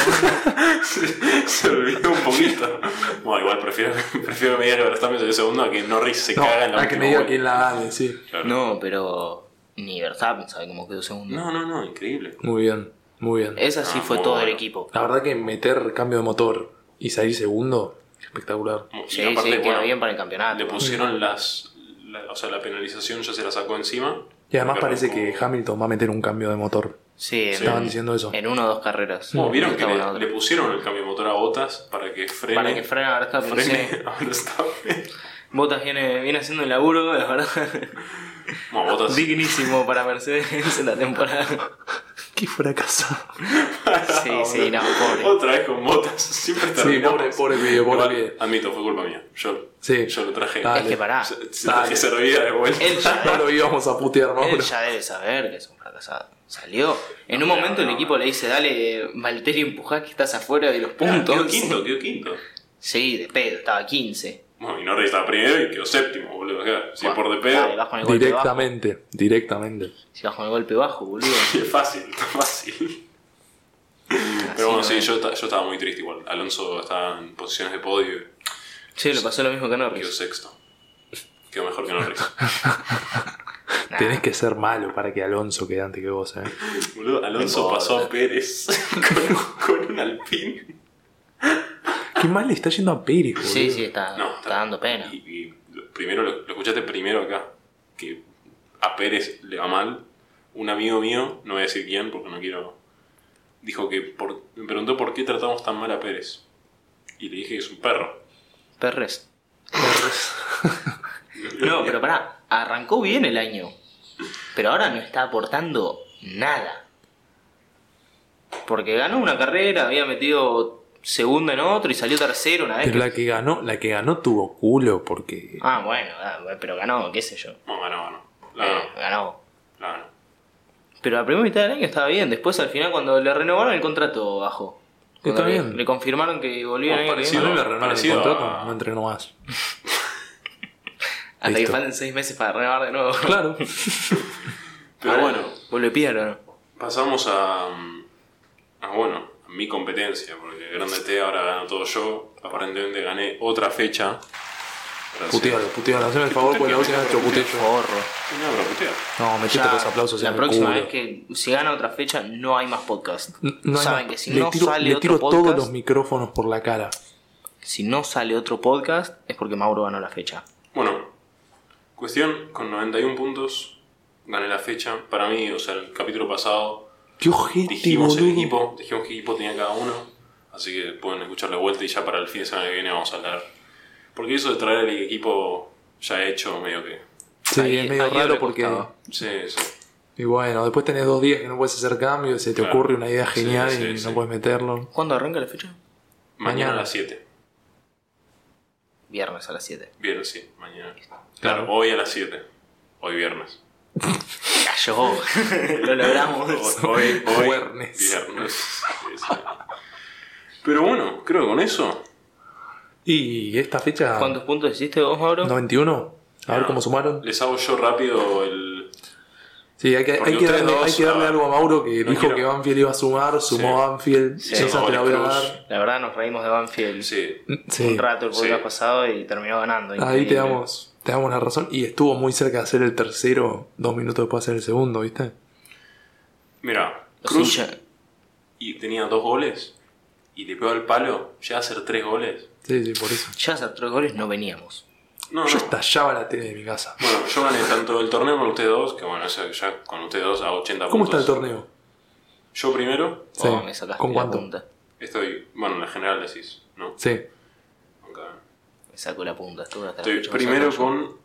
Speaker 1: Se olvidó un poquito. Bueno, igual prefiero, prefiero medir que Verstappen salió segundo a que Norris se
Speaker 2: No,
Speaker 1: caga en la
Speaker 2: la que
Speaker 1: última
Speaker 2: me diga
Speaker 1: vuelta.
Speaker 2: quién la gane, sí.
Speaker 1: Claro.
Speaker 3: no, pero ni Verstappen sabe cómo quedó segundo.
Speaker 1: No, no, no, increíble.
Speaker 2: Muy bien, muy bien.
Speaker 3: Esa sí
Speaker 1: Ah,
Speaker 3: fue
Speaker 1: muy
Speaker 3: todo el
Speaker 1: bueno.
Speaker 3: equipo.
Speaker 2: La verdad que meter cambio de motor y salir segundo, espectacular.
Speaker 1: Y
Speaker 3: Sí,
Speaker 1: aparte,
Speaker 3: sí, queda
Speaker 1: bueno,
Speaker 3: bien para el campeonato.
Speaker 1: le pusieron las... la- o sea, la penalización ya se la sacó encima.
Speaker 2: Y además
Speaker 1: Porque
Speaker 2: parece que
Speaker 1: arrancó-
Speaker 2: Hamilton va a meter un cambio de motor.
Speaker 3: Sí, en,
Speaker 2: Estaban diciendo eso.
Speaker 3: en uno o dos carreras.
Speaker 1: Bueno, Oh, Vieron que
Speaker 3: Estaba en la
Speaker 1: le,
Speaker 3: otra.
Speaker 1: le pusieron el cambio de motor a botas para que frene.
Speaker 3: Para que frene a Verstappen. sí.
Speaker 1: frene a Verstappen.
Speaker 3: Botas viene, viene haciendo el laburo, la verdad.
Speaker 1: Bueno, botas.
Speaker 3: Dignísimo para Mercedes en la temporada.
Speaker 2: Qué fracasado.
Speaker 1: Ah,
Speaker 3: Sí, sí, no, pobre.
Speaker 1: Otra vez con botas. Siempre terminamos.
Speaker 2: pobre- pobre pibe, pobre
Speaker 1: Igual,
Speaker 2: pibe.
Speaker 1: Admito, fue culpa mía. Yo,
Speaker 2: Sí.
Speaker 1: yo lo traje.
Speaker 2: Dale.
Speaker 3: Es que pará.
Speaker 1: Se- se- traje servida de vuelta. Ah,
Speaker 3: Él ya,
Speaker 2: No lo íbamos a putear, ¿no?
Speaker 3: él ya debe saber que es un fracasado. Salió. En un momento el equipo le dice, dale, Valtteri, empujá que estás afuera de los
Speaker 1: Quedó
Speaker 3: puntos.
Speaker 1: quinto, quedó quinto.
Speaker 3: Sí, de pedo, estaba 15.
Speaker 1: Bueno, y Norris estaba primero y quedó séptimo, boludo. O sea, Si es por de
Speaker 3: Dale,
Speaker 1: pedo.
Speaker 3: vas con el golpe bajo.
Speaker 2: Directamente, directamente.
Speaker 3: Si vas con el golpe bajo, boludo.
Speaker 1: Es fácil, está fácil.
Speaker 3: Así
Speaker 1: Pero bueno,
Speaker 3: no
Speaker 1: sí,
Speaker 3: es.
Speaker 1: yo, ta- yo estaba muy triste igual. Alonso estaba en posiciones de podio y
Speaker 3: Sí, le pasó lo mismo que a
Speaker 1: quedó
Speaker 3: Norris.
Speaker 1: sexto. Quedó mejor que Norris.
Speaker 3: Nah.
Speaker 2: Tenés que ser malo para que Alonso quede antes que vos, ¿eh?
Speaker 1: Boludo, Alonso
Speaker 3: No
Speaker 1: pasó a Pérez con, con un alpín.
Speaker 2: Qué mal le está yendo a Pérez, boludo.
Speaker 3: Sí, sí, está,
Speaker 1: No,
Speaker 3: está dando pena.
Speaker 1: Y, y lo- primero lo, lo escuchaste primero acá. Que a Pérez le va mal. Un amigo mío, no voy a decir quién porque no quiero. Dijo que por- me preguntó por qué tratamos tan mal a Pérez. Y le dije que es un perro.
Speaker 3: Perres. No, pero pará, arrancó bien el año. Pero ahora no está aportando nada. Porque ganó una carrera, había metido segundo en otro y salió tercero una vez.
Speaker 2: Pero
Speaker 3: que-
Speaker 2: la que ganó, la que ganó tuvo culo porque.
Speaker 3: Ah, bueno, ah, pero ganó, qué sé yo.
Speaker 1: No, ganó, ganó. La
Speaker 3: Eh,
Speaker 1: ganó,
Speaker 3: ganó.
Speaker 1: la ganó.
Speaker 3: Pero la primera mitad del año estaba bien. Después, al final, cuando le renovaron el contrato, bajó. Cuando
Speaker 2: Está
Speaker 3: le-
Speaker 2: bien.
Speaker 3: Le confirmaron que
Speaker 1: Bueno,
Speaker 3: volvía el año que
Speaker 1: parecido.
Speaker 2: no
Speaker 3: viene.
Speaker 2: le renovaron el
Speaker 1: parecido
Speaker 2: contrato,
Speaker 1: a-
Speaker 2: no entrenó más.
Speaker 3: Hasta que
Speaker 2: Listo.
Speaker 3: falten seis meses para renovar de nuevo.
Speaker 2: Claro.
Speaker 1: Pero
Speaker 3: Ahora,
Speaker 1: bueno,
Speaker 3: Vuelve Piero, ¿no?
Speaker 1: pasamos a. a, bueno, a mi competencia. Porque Grande T ahora ganó todo yo. Aparentemente gané otra fecha. Gracias.
Speaker 2: Putealo, putealo. Haceme el favor porque la última vez te lo puteé yo.
Speaker 3: Forro.
Speaker 1: No, pero putea.
Speaker 2: No, metiste
Speaker 3: Ya,
Speaker 2: los aplausos
Speaker 3: La
Speaker 2: en el
Speaker 3: próxima
Speaker 2: culo.
Speaker 3: vez que si gana otra fecha, no hay más podcast.
Speaker 2: N- no hay
Speaker 3: Saben
Speaker 2: más.
Speaker 3: que si
Speaker 2: le
Speaker 3: no
Speaker 2: tiro,
Speaker 3: sale
Speaker 2: le
Speaker 3: otro
Speaker 2: tiro
Speaker 3: podcast,
Speaker 2: todos los micrófonos por la cara.
Speaker 3: si no sale otro podcast, es porque Mauro ganó la fecha.
Speaker 1: Bueno, cuestión, con 91 puntos gané la fecha. Para mí, o sea, el capítulo pasado
Speaker 2: Qué ojete,
Speaker 1: dijimos el
Speaker 2: boludo.
Speaker 1: equipo, dijimos qué equipo tenía cada uno. Así que pueden escuchar la vuelta y ya para el fin de semana que viene vamos a hablar. Porque eso de traer el equipo ya hecho, medio que.
Speaker 2: Sí,
Speaker 3: Ahí-
Speaker 2: es medio
Speaker 3: ahí
Speaker 2: raro
Speaker 3: habré
Speaker 2: porque.
Speaker 3: costado.
Speaker 1: Sí, sí.
Speaker 2: Y bueno, después tenés dos días que no puedes hacer cambios, se te
Speaker 1: Claro.
Speaker 2: ocurre una idea
Speaker 1: Sí,
Speaker 2: genial
Speaker 1: sí,
Speaker 2: y
Speaker 1: sí.
Speaker 2: no puedes meterlo.
Speaker 3: ¿Cuándo arranca la fecha?
Speaker 1: Mañana a
Speaker 2: Mañana.
Speaker 1: las 7.
Speaker 3: Viernes a las 7.
Speaker 1: Bien, sí, mañana.
Speaker 2: Claro.
Speaker 1: Claro, hoy a las 7. Hoy viernes.
Speaker 3: Cayó. Lo logramos.
Speaker 1: Hoy, hoy
Speaker 2: Juernes.
Speaker 1: viernes. Sí, sí. Pero bueno, creo que con eso
Speaker 2: Y esta fecha.
Speaker 3: ¿Cuántos puntos hiciste vos, Mauro?
Speaker 2: 91. A
Speaker 1: Ah.
Speaker 2: ver cómo sumaron.
Speaker 1: les hago yo rápido el,
Speaker 2: Sí, hay que,
Speaker 1: Porque
Speaker 2: hay que
Speaker 1: ustedes
Speaker 2: darle,
Speaker 1: dos,
Speaker 2: hay que darle
Speaker 1: ah,
Speaker 2: algo a Mauro que
Speaker 1: no
Speaker 2: dijo
Speaker 1: quiero-
Speaker 2: que Banfield iba a sumar, sumó
Speaker 1: Sí.
Speaker 2: Banfield.
Speaker 1: Sí,
Speaker 2: esa te la voy a dar. Mm,
Speaker 3: La verdad, nos reímos de Banfield
Speaker 1: Sí,
Speaker 2: Sí.
Speaker 3: un rato el
Speaker 1: Sí.
Speaker 3: podcast pasado y terminó ganando.
Speaker 2: Ahí
Speaker 3: increíble.
Speaker 2: te damos, te damos la razón. Y estuvo muy cerca de hacer el tercero, dos minutos después de hacer el segundo, ¿viste?
Speaker 1: mira,
Speaker 3: Los
Speaker 1: Cruz
Speaker 3: hinchas-
Speaker 1: y tenía dos goles y le pegó al palo, ya a hacer tres goles.
Speaker 2: Sí, sí, por eso.
Speaker 3: Ya a tres goles no veníamos.
Speaker 1: No,
Speaker 2: Yo
Speaker 1: no.
Speaker 2: estallaba la tele de mi casa.
Speaker 1: Bueno, yo gané tanto el torneo con ustedes dos, que bueno, eso ya con ustedes dos a 80
Speaker 2: ¿Cómo está
Speaker 1: puntos.
Speaker 2: el torneo?
Speaker 1: Yo primero,
Speaker 2: Sí.
Speaker 3: Oh, me sacaste
Speaker 2: ¿Con
Speaker 3: la
Speaker 2: cuánto?
Speaker 3: punta.
Speaker 1: estoy, bueno, en la general decís, ¿no?
Speaker 2: Sí.
Speaker 1: Acá.
Speaker 3: Me sacó la punta. Estuve hasta la
Speaker 1: Estoy
Speaker 3: fecha, me
Speaker 1: primero
Speaker 3: sacó yo.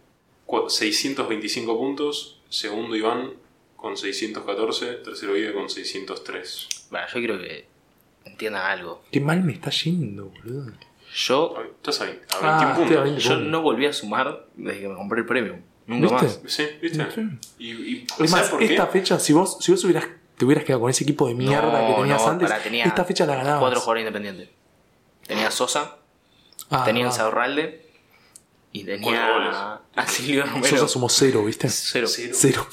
Speaker 1: con cua- 625 puntos, segundo Iván con 614, tercero Guido con 603.
Speaker 3: Bueno, yo quiero que entiendan algo.
Speaker 2: Qué mal me está yendo, boludo.
Speaker 3: Yo
Speaker 1: Ay, Estás ahí, a 21
Speaker 2: Ah, estoy
Speaker 1: puntos.
Speaker 2: a 20
Speaker 3: Yo
Speaker 2: puntos.
Speaker 3: no volví a sumar desde que me compré el premium. Nunca
Speaker 2: ¿Viste?
Speaker 3: más.
Speaker 1: Sí, ¿viste?
Speaker 2: Sí.
Speaker 1: Y, y
Speaker 2: Es
Speaker 1: ¿sabes
Speaker 2: más,
Speaker 1: por qué?
Speaker 2: esta fecha, si vos, si vos hubieras, te hubieras quedado con ese equipo de mierda
Speaker 3: No,
Speaker 2: que tenías
Speaker 3: no,
Speaker 2: antes,
Speaker 3: pará, tenía
Speaker 2: esta fecha la ganabas.
Speaker 3: Cuatro jugadores independientes. Tenía a Sosa,
Speaker 2: Ah,
Speaker 3: tenía a
Speaker 2: ah.
Speaker 3: Insaurralde y
Speaker 1: Cuatro goles.
Speaker 3: tenía a Silvio Romero.
Speaker 2: Nosotros somos cero, ¿viste?
Speaker 3: Cero.
Speaker 1: Sí.
Speaker 2: Cero.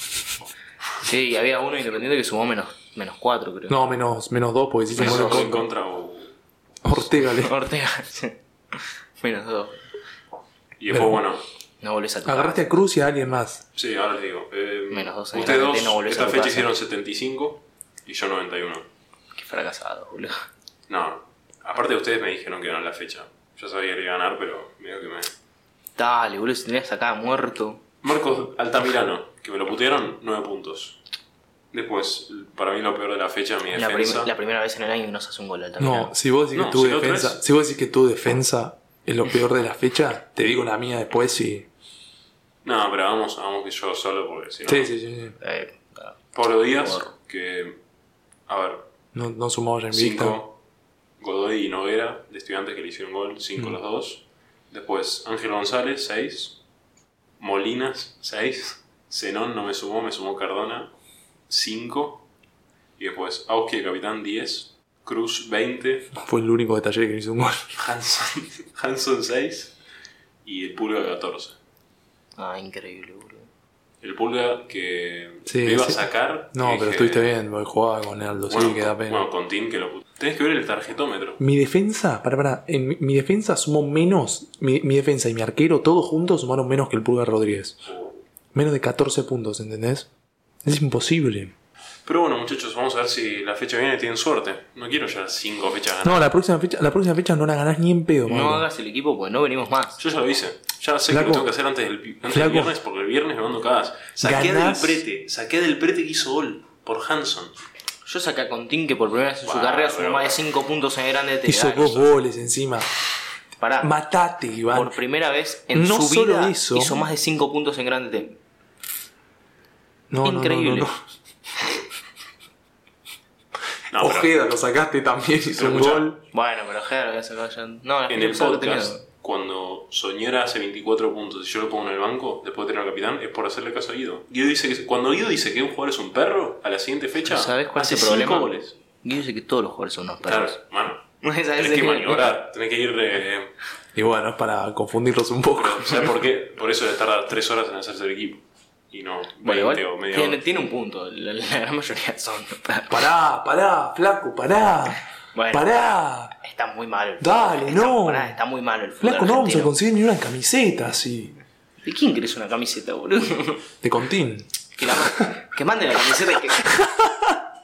Speaker 3: Sí, y había uno independiente que sumó menos, menos cuatro, creo.
Speaker 2: No, menos, menos dos, porque hiciste
Speaker 1: Menos
Speaker 2: gol en
Speaker 1: dos en
Speaker 2: contra.
Speaker 1: contra o-
Speaker 2: Ortega, le.
Speaker 3: Ortega. menos dos.
Speaker 1: Y después,
Speaker 2: Pero-
Speaker 1: bueno,
Speaker 3: No volvés a tocar.
Speaker 2: Agarraste a Cruz y a alguien más.
Speaker 1: sí, ahora les digo. eh,
Speaker 3: Menos dos en
Speaker 1: Ustedes
Speaker 3: adelante,
Speaker 1: dos,
Speaker 3: no volvés a
Speaker 1: esta
Speaker 3: tu
Speaker 1: fecha
Speaker 3: casa.
Speaker 1: hicieron 75 y yo 91.
Speaker 3: Qué fracasado, boludo.
Speaker 1: No, aparte ustedes me dijeron que ganan la fecha. Yo sabía que iba a ganar, pero medio que me...
Speaker 3: Dale, boludo, si tenías acá muerto.
Speaker 1: Marcos Altamirano, que me lo putearon, 9 puntos. Después, para mí lo peor de la fecha, mi
Speaker 3: La, prim-
Speaker 1: defensa.
Speaker 3: la primera vez en el año que nos hace un gol al
Speaker 2: No,
Speaker 3: Talcahuano.
Speaker 2: si vos decís
Speaker 1: No,
Speaker 2: que tu
Speaker 1: si lo
Speaker 2: defensa,
Speaker 1: traes-
Speaker 2: si vos decís que tu defensa es lo peor de la fecha, te digo la mía después y
Speaker 1: No, pero vamos, vamos que yo solo, porque si no.
Speaker 2: sí, sí, sí, sí.
Speaker 3: Eh, ah,
Speaker 1: Pablo Díaz,
Speaker 3: Por-
Speaker 1: que. A ver,
Speaker 2: No, no sumamos ya invicta.
Speaker 1: 5. Godoy y Noguera, de estudiantes que le hicieron gol, 5
Speaker 2: Mm.
Speaker 1: los dos. Después, Ángel González, 6. Molinas, 6. Zenón no me sumó, me sumó Cardona, 5. Y después, Auski, el capitán, 10. Cruz, 20.
Speaker 2: Fue el único detalle que no hizo un gol.
Speaker 1: Hanson, Hanson 6. Y el Pulga, 14.
Speaker 3: ah, increíble, boludo.
Speaker 1: El Pulga que
Speaker 2: Sí,
Speaker 1: lo iba
Speaker 2: sí.
Speaker 1: a sacar.
Speaker 2: No,
Speaker 1: y
Speaker 2: pero
Speaker 1: dije,
Speaker 2: estuviste bien, porque jugaba con Aldo,
Speaker 1: Bueno,
Speaker 2: sí, que da pena.
Speaker 1: bueno, con Tim que lo puso. Tenés que ver el tarjetómetro.
Speaker 2: Mi defensa, para, para, en mi, mi defensa sumó menos, mi, mi defensa y mi arquero todos juntos sumaron menos que el Pulgar Rodríguez. Menos de 14 puntos, ¿entendés? Es imposible.
Speaker 1: Pero bueno, muchachos, vamos a ver si la fecha viene tienen suerte. No quiero ya cinco fechas ganadas.
Speaker 2: No, la próxima fecha, la próxima fecha no la ganás ni en pedo,
Speaker 3: No
Speaker 2: Mauro.
Speaker 3: hagas el equipo porque no venimos más.
Speaker 1: Yo ya lo hice. Ya sé que
Speaker 2: Flaco.
Speaker 1: lo tengo que hacer antes del, antes del
Speaker 2: Flaco.
Speaker 1: viernes porque el viernes me mando cagadas. Saqué
Speaker 2: Ganás.
Speaker 1: del prete. Saqué del prete que hizo gol por Hanson.
Speaker 3: Yo saqué a Contín que por primera vez en su
Speaker 1: Bah,
Speaker 3: carrera sumó
Speaker 1: pero-
Speaker 3: más de 5 puntos en el grande de
Speaker 2: Hizo
Speaker 3: Telecom.
Speaker 2: dos goles encima.
Speaker 3: Pará,
Speaker 2: Matate, Iván.
Speaker 3: por primera vez en
Speaker 2: No
Speaker 3: su
Speaker 2: solo
Speaker 3: vida
Speaker 2: eso.
Speaker 3: hizo más de 5 puntos en grande T.
Speaker 2: No, no, no,
Speaker 3: Increíble.
Speaker 2: no, no.
Speaker 1: No, pero
Speaker 2: Ojeda lo sacaste también, hizo
Speaker 1: Pero
Speaker 2: un
Speaker 1: escuchá,
Speaker 2: gol.
Speaker 3: Bueno, pero Jero ya se lo vayan. No, la
Speaker 1: en
Speaker 3: gente
Speaker 1: el
Speaker 3: sabe Ah, que tenía-
Speaker 1: podcast, cuando Soñora hace 24 puntos y yo lo pongo en el banco, después de tener al capitán, es por hacerle caso a Guido. Guido dice que, cuando Guido dice que un jugador es un perro, a la siguiente fecha
Speaker 3: ¿Sabes cuál es
Speaker 1: hace
Speaker 3: el
Speaker 1: cinco
Speaker 3: problema?
Speaker 1: goles.
Speaker 3: Yo sé que todos los jugadores son unos
Speaker 1: Claro,
Speaker 3: perros.
Speaker 1: mano.
Speaker 3: Esa es
Speaker 1: Tenés que
Speaker 3: el-
Speaker 1: maniobrar, tenés que ir... eh,
Speaker 2: Y bueno, es para confundirlos un poco.
Speaker 1: Pero, ¿sabes por qué? Por eso le tarda 3 horas en hacerse el equipo. Y no 20
Speaker 3: Bueno,
Speaker 1: o
Speaker 3: igual,
Speaker 1: media
Speaker 3: tiene,
Speaker 1: hora.
Speaker 3: tiene un punto. La, la gran mayoría son unos perros.
Speaker 2: Pará, pará, flaco, pará.
Speaker 3: Bueno.
Speaker 2: Pará.
Speaker 3: Está muy malo el fútbol.
Speaker 2: Dale,
Speaker 3: Está-
Speaker 2: no.
Speaker 3: pará, está muy malo el fútbol.
Speaker 2: Flaco, no vamos a
Speaker 3: argentino.
Speaker 2: conseguir ni una camiseta así.
Speaker 3: ¿De quién querés una camiseta, boludo?
Speaker 2: De Contín.
Speaker 3: Que, la ma- que mande la camiseta que,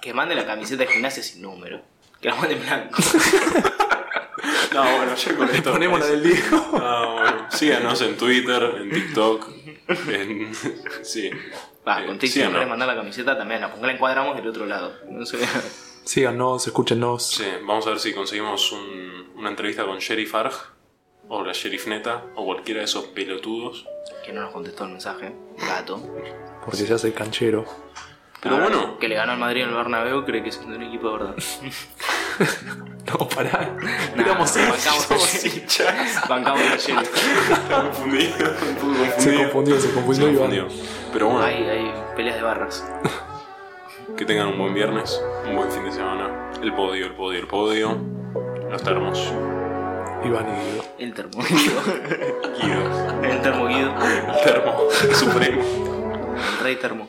Speaker 3: que mande la camiseta de gimnasia sin número. Que la mande en blanco.
Speaker 1: No, bueno, ya con esto.
Speaker 2: Ponemos la del Diego.
Speaker 1: No, Ah, bueno, síganos en Twitter, en TikTok. En... Sí.
Speaker 3: Va,
Speaker 1: Eh,
Speaker 3: contigo si
Speaker 1: síganos.
Speaker 3: querés mandar la camiseta también, la ponga la encuadramos del otro lado. No sé.
Speaker 2: Síganos, escúchenos.
Speaker 1: Sí, vamos a ver si conseguimos un- una entrevista con Sheriff Arg. O la Sheriff Neta. O cualquiera de esos pelotudos.
Speaker 3: Que no nos contestó el mensaje. Gato.
Speaker 2: Porque ya soy canchero.
Speaker 1: Pero
Speaker 3: Ahora,
Speaker 1: bueno.
Speaker 3: Que le ganó al Madrid en el Bernabéu, cree que es un equipo de verdad.
Speaker 2: No, pará. Éramos
Speaker 3: Miramos
Speaker 2: hinchas.
Speaker 3: bancamos el
Speaker 1: hinchas.
Speaker 3: Bancamos el Chelsea.
Speaker 1: Está confundido. un poco
Speaker 2: Se
Speaker 1: confundido.
Speaker 2: confundió, se
Speaker 1: Se
Speaker 2: confundió
Speaker 1: confundió.
Speaker 2: Iván.
Speaker 1: Pero bueno,
Speaker 3: Hay, hay peleas de barras.
Speaker 1: que tengan un buen viernes. Un buen fin de semana. El podio, el podio, el podio. Los termos.
Speaker 2: Iván y Diego.
Speaker 3: El termoguido.
Speaker 1: Guido.
Speaker 3: El termoguido.
Speaker 1: Termo. Supremo.
Speaker 3: El rey termo.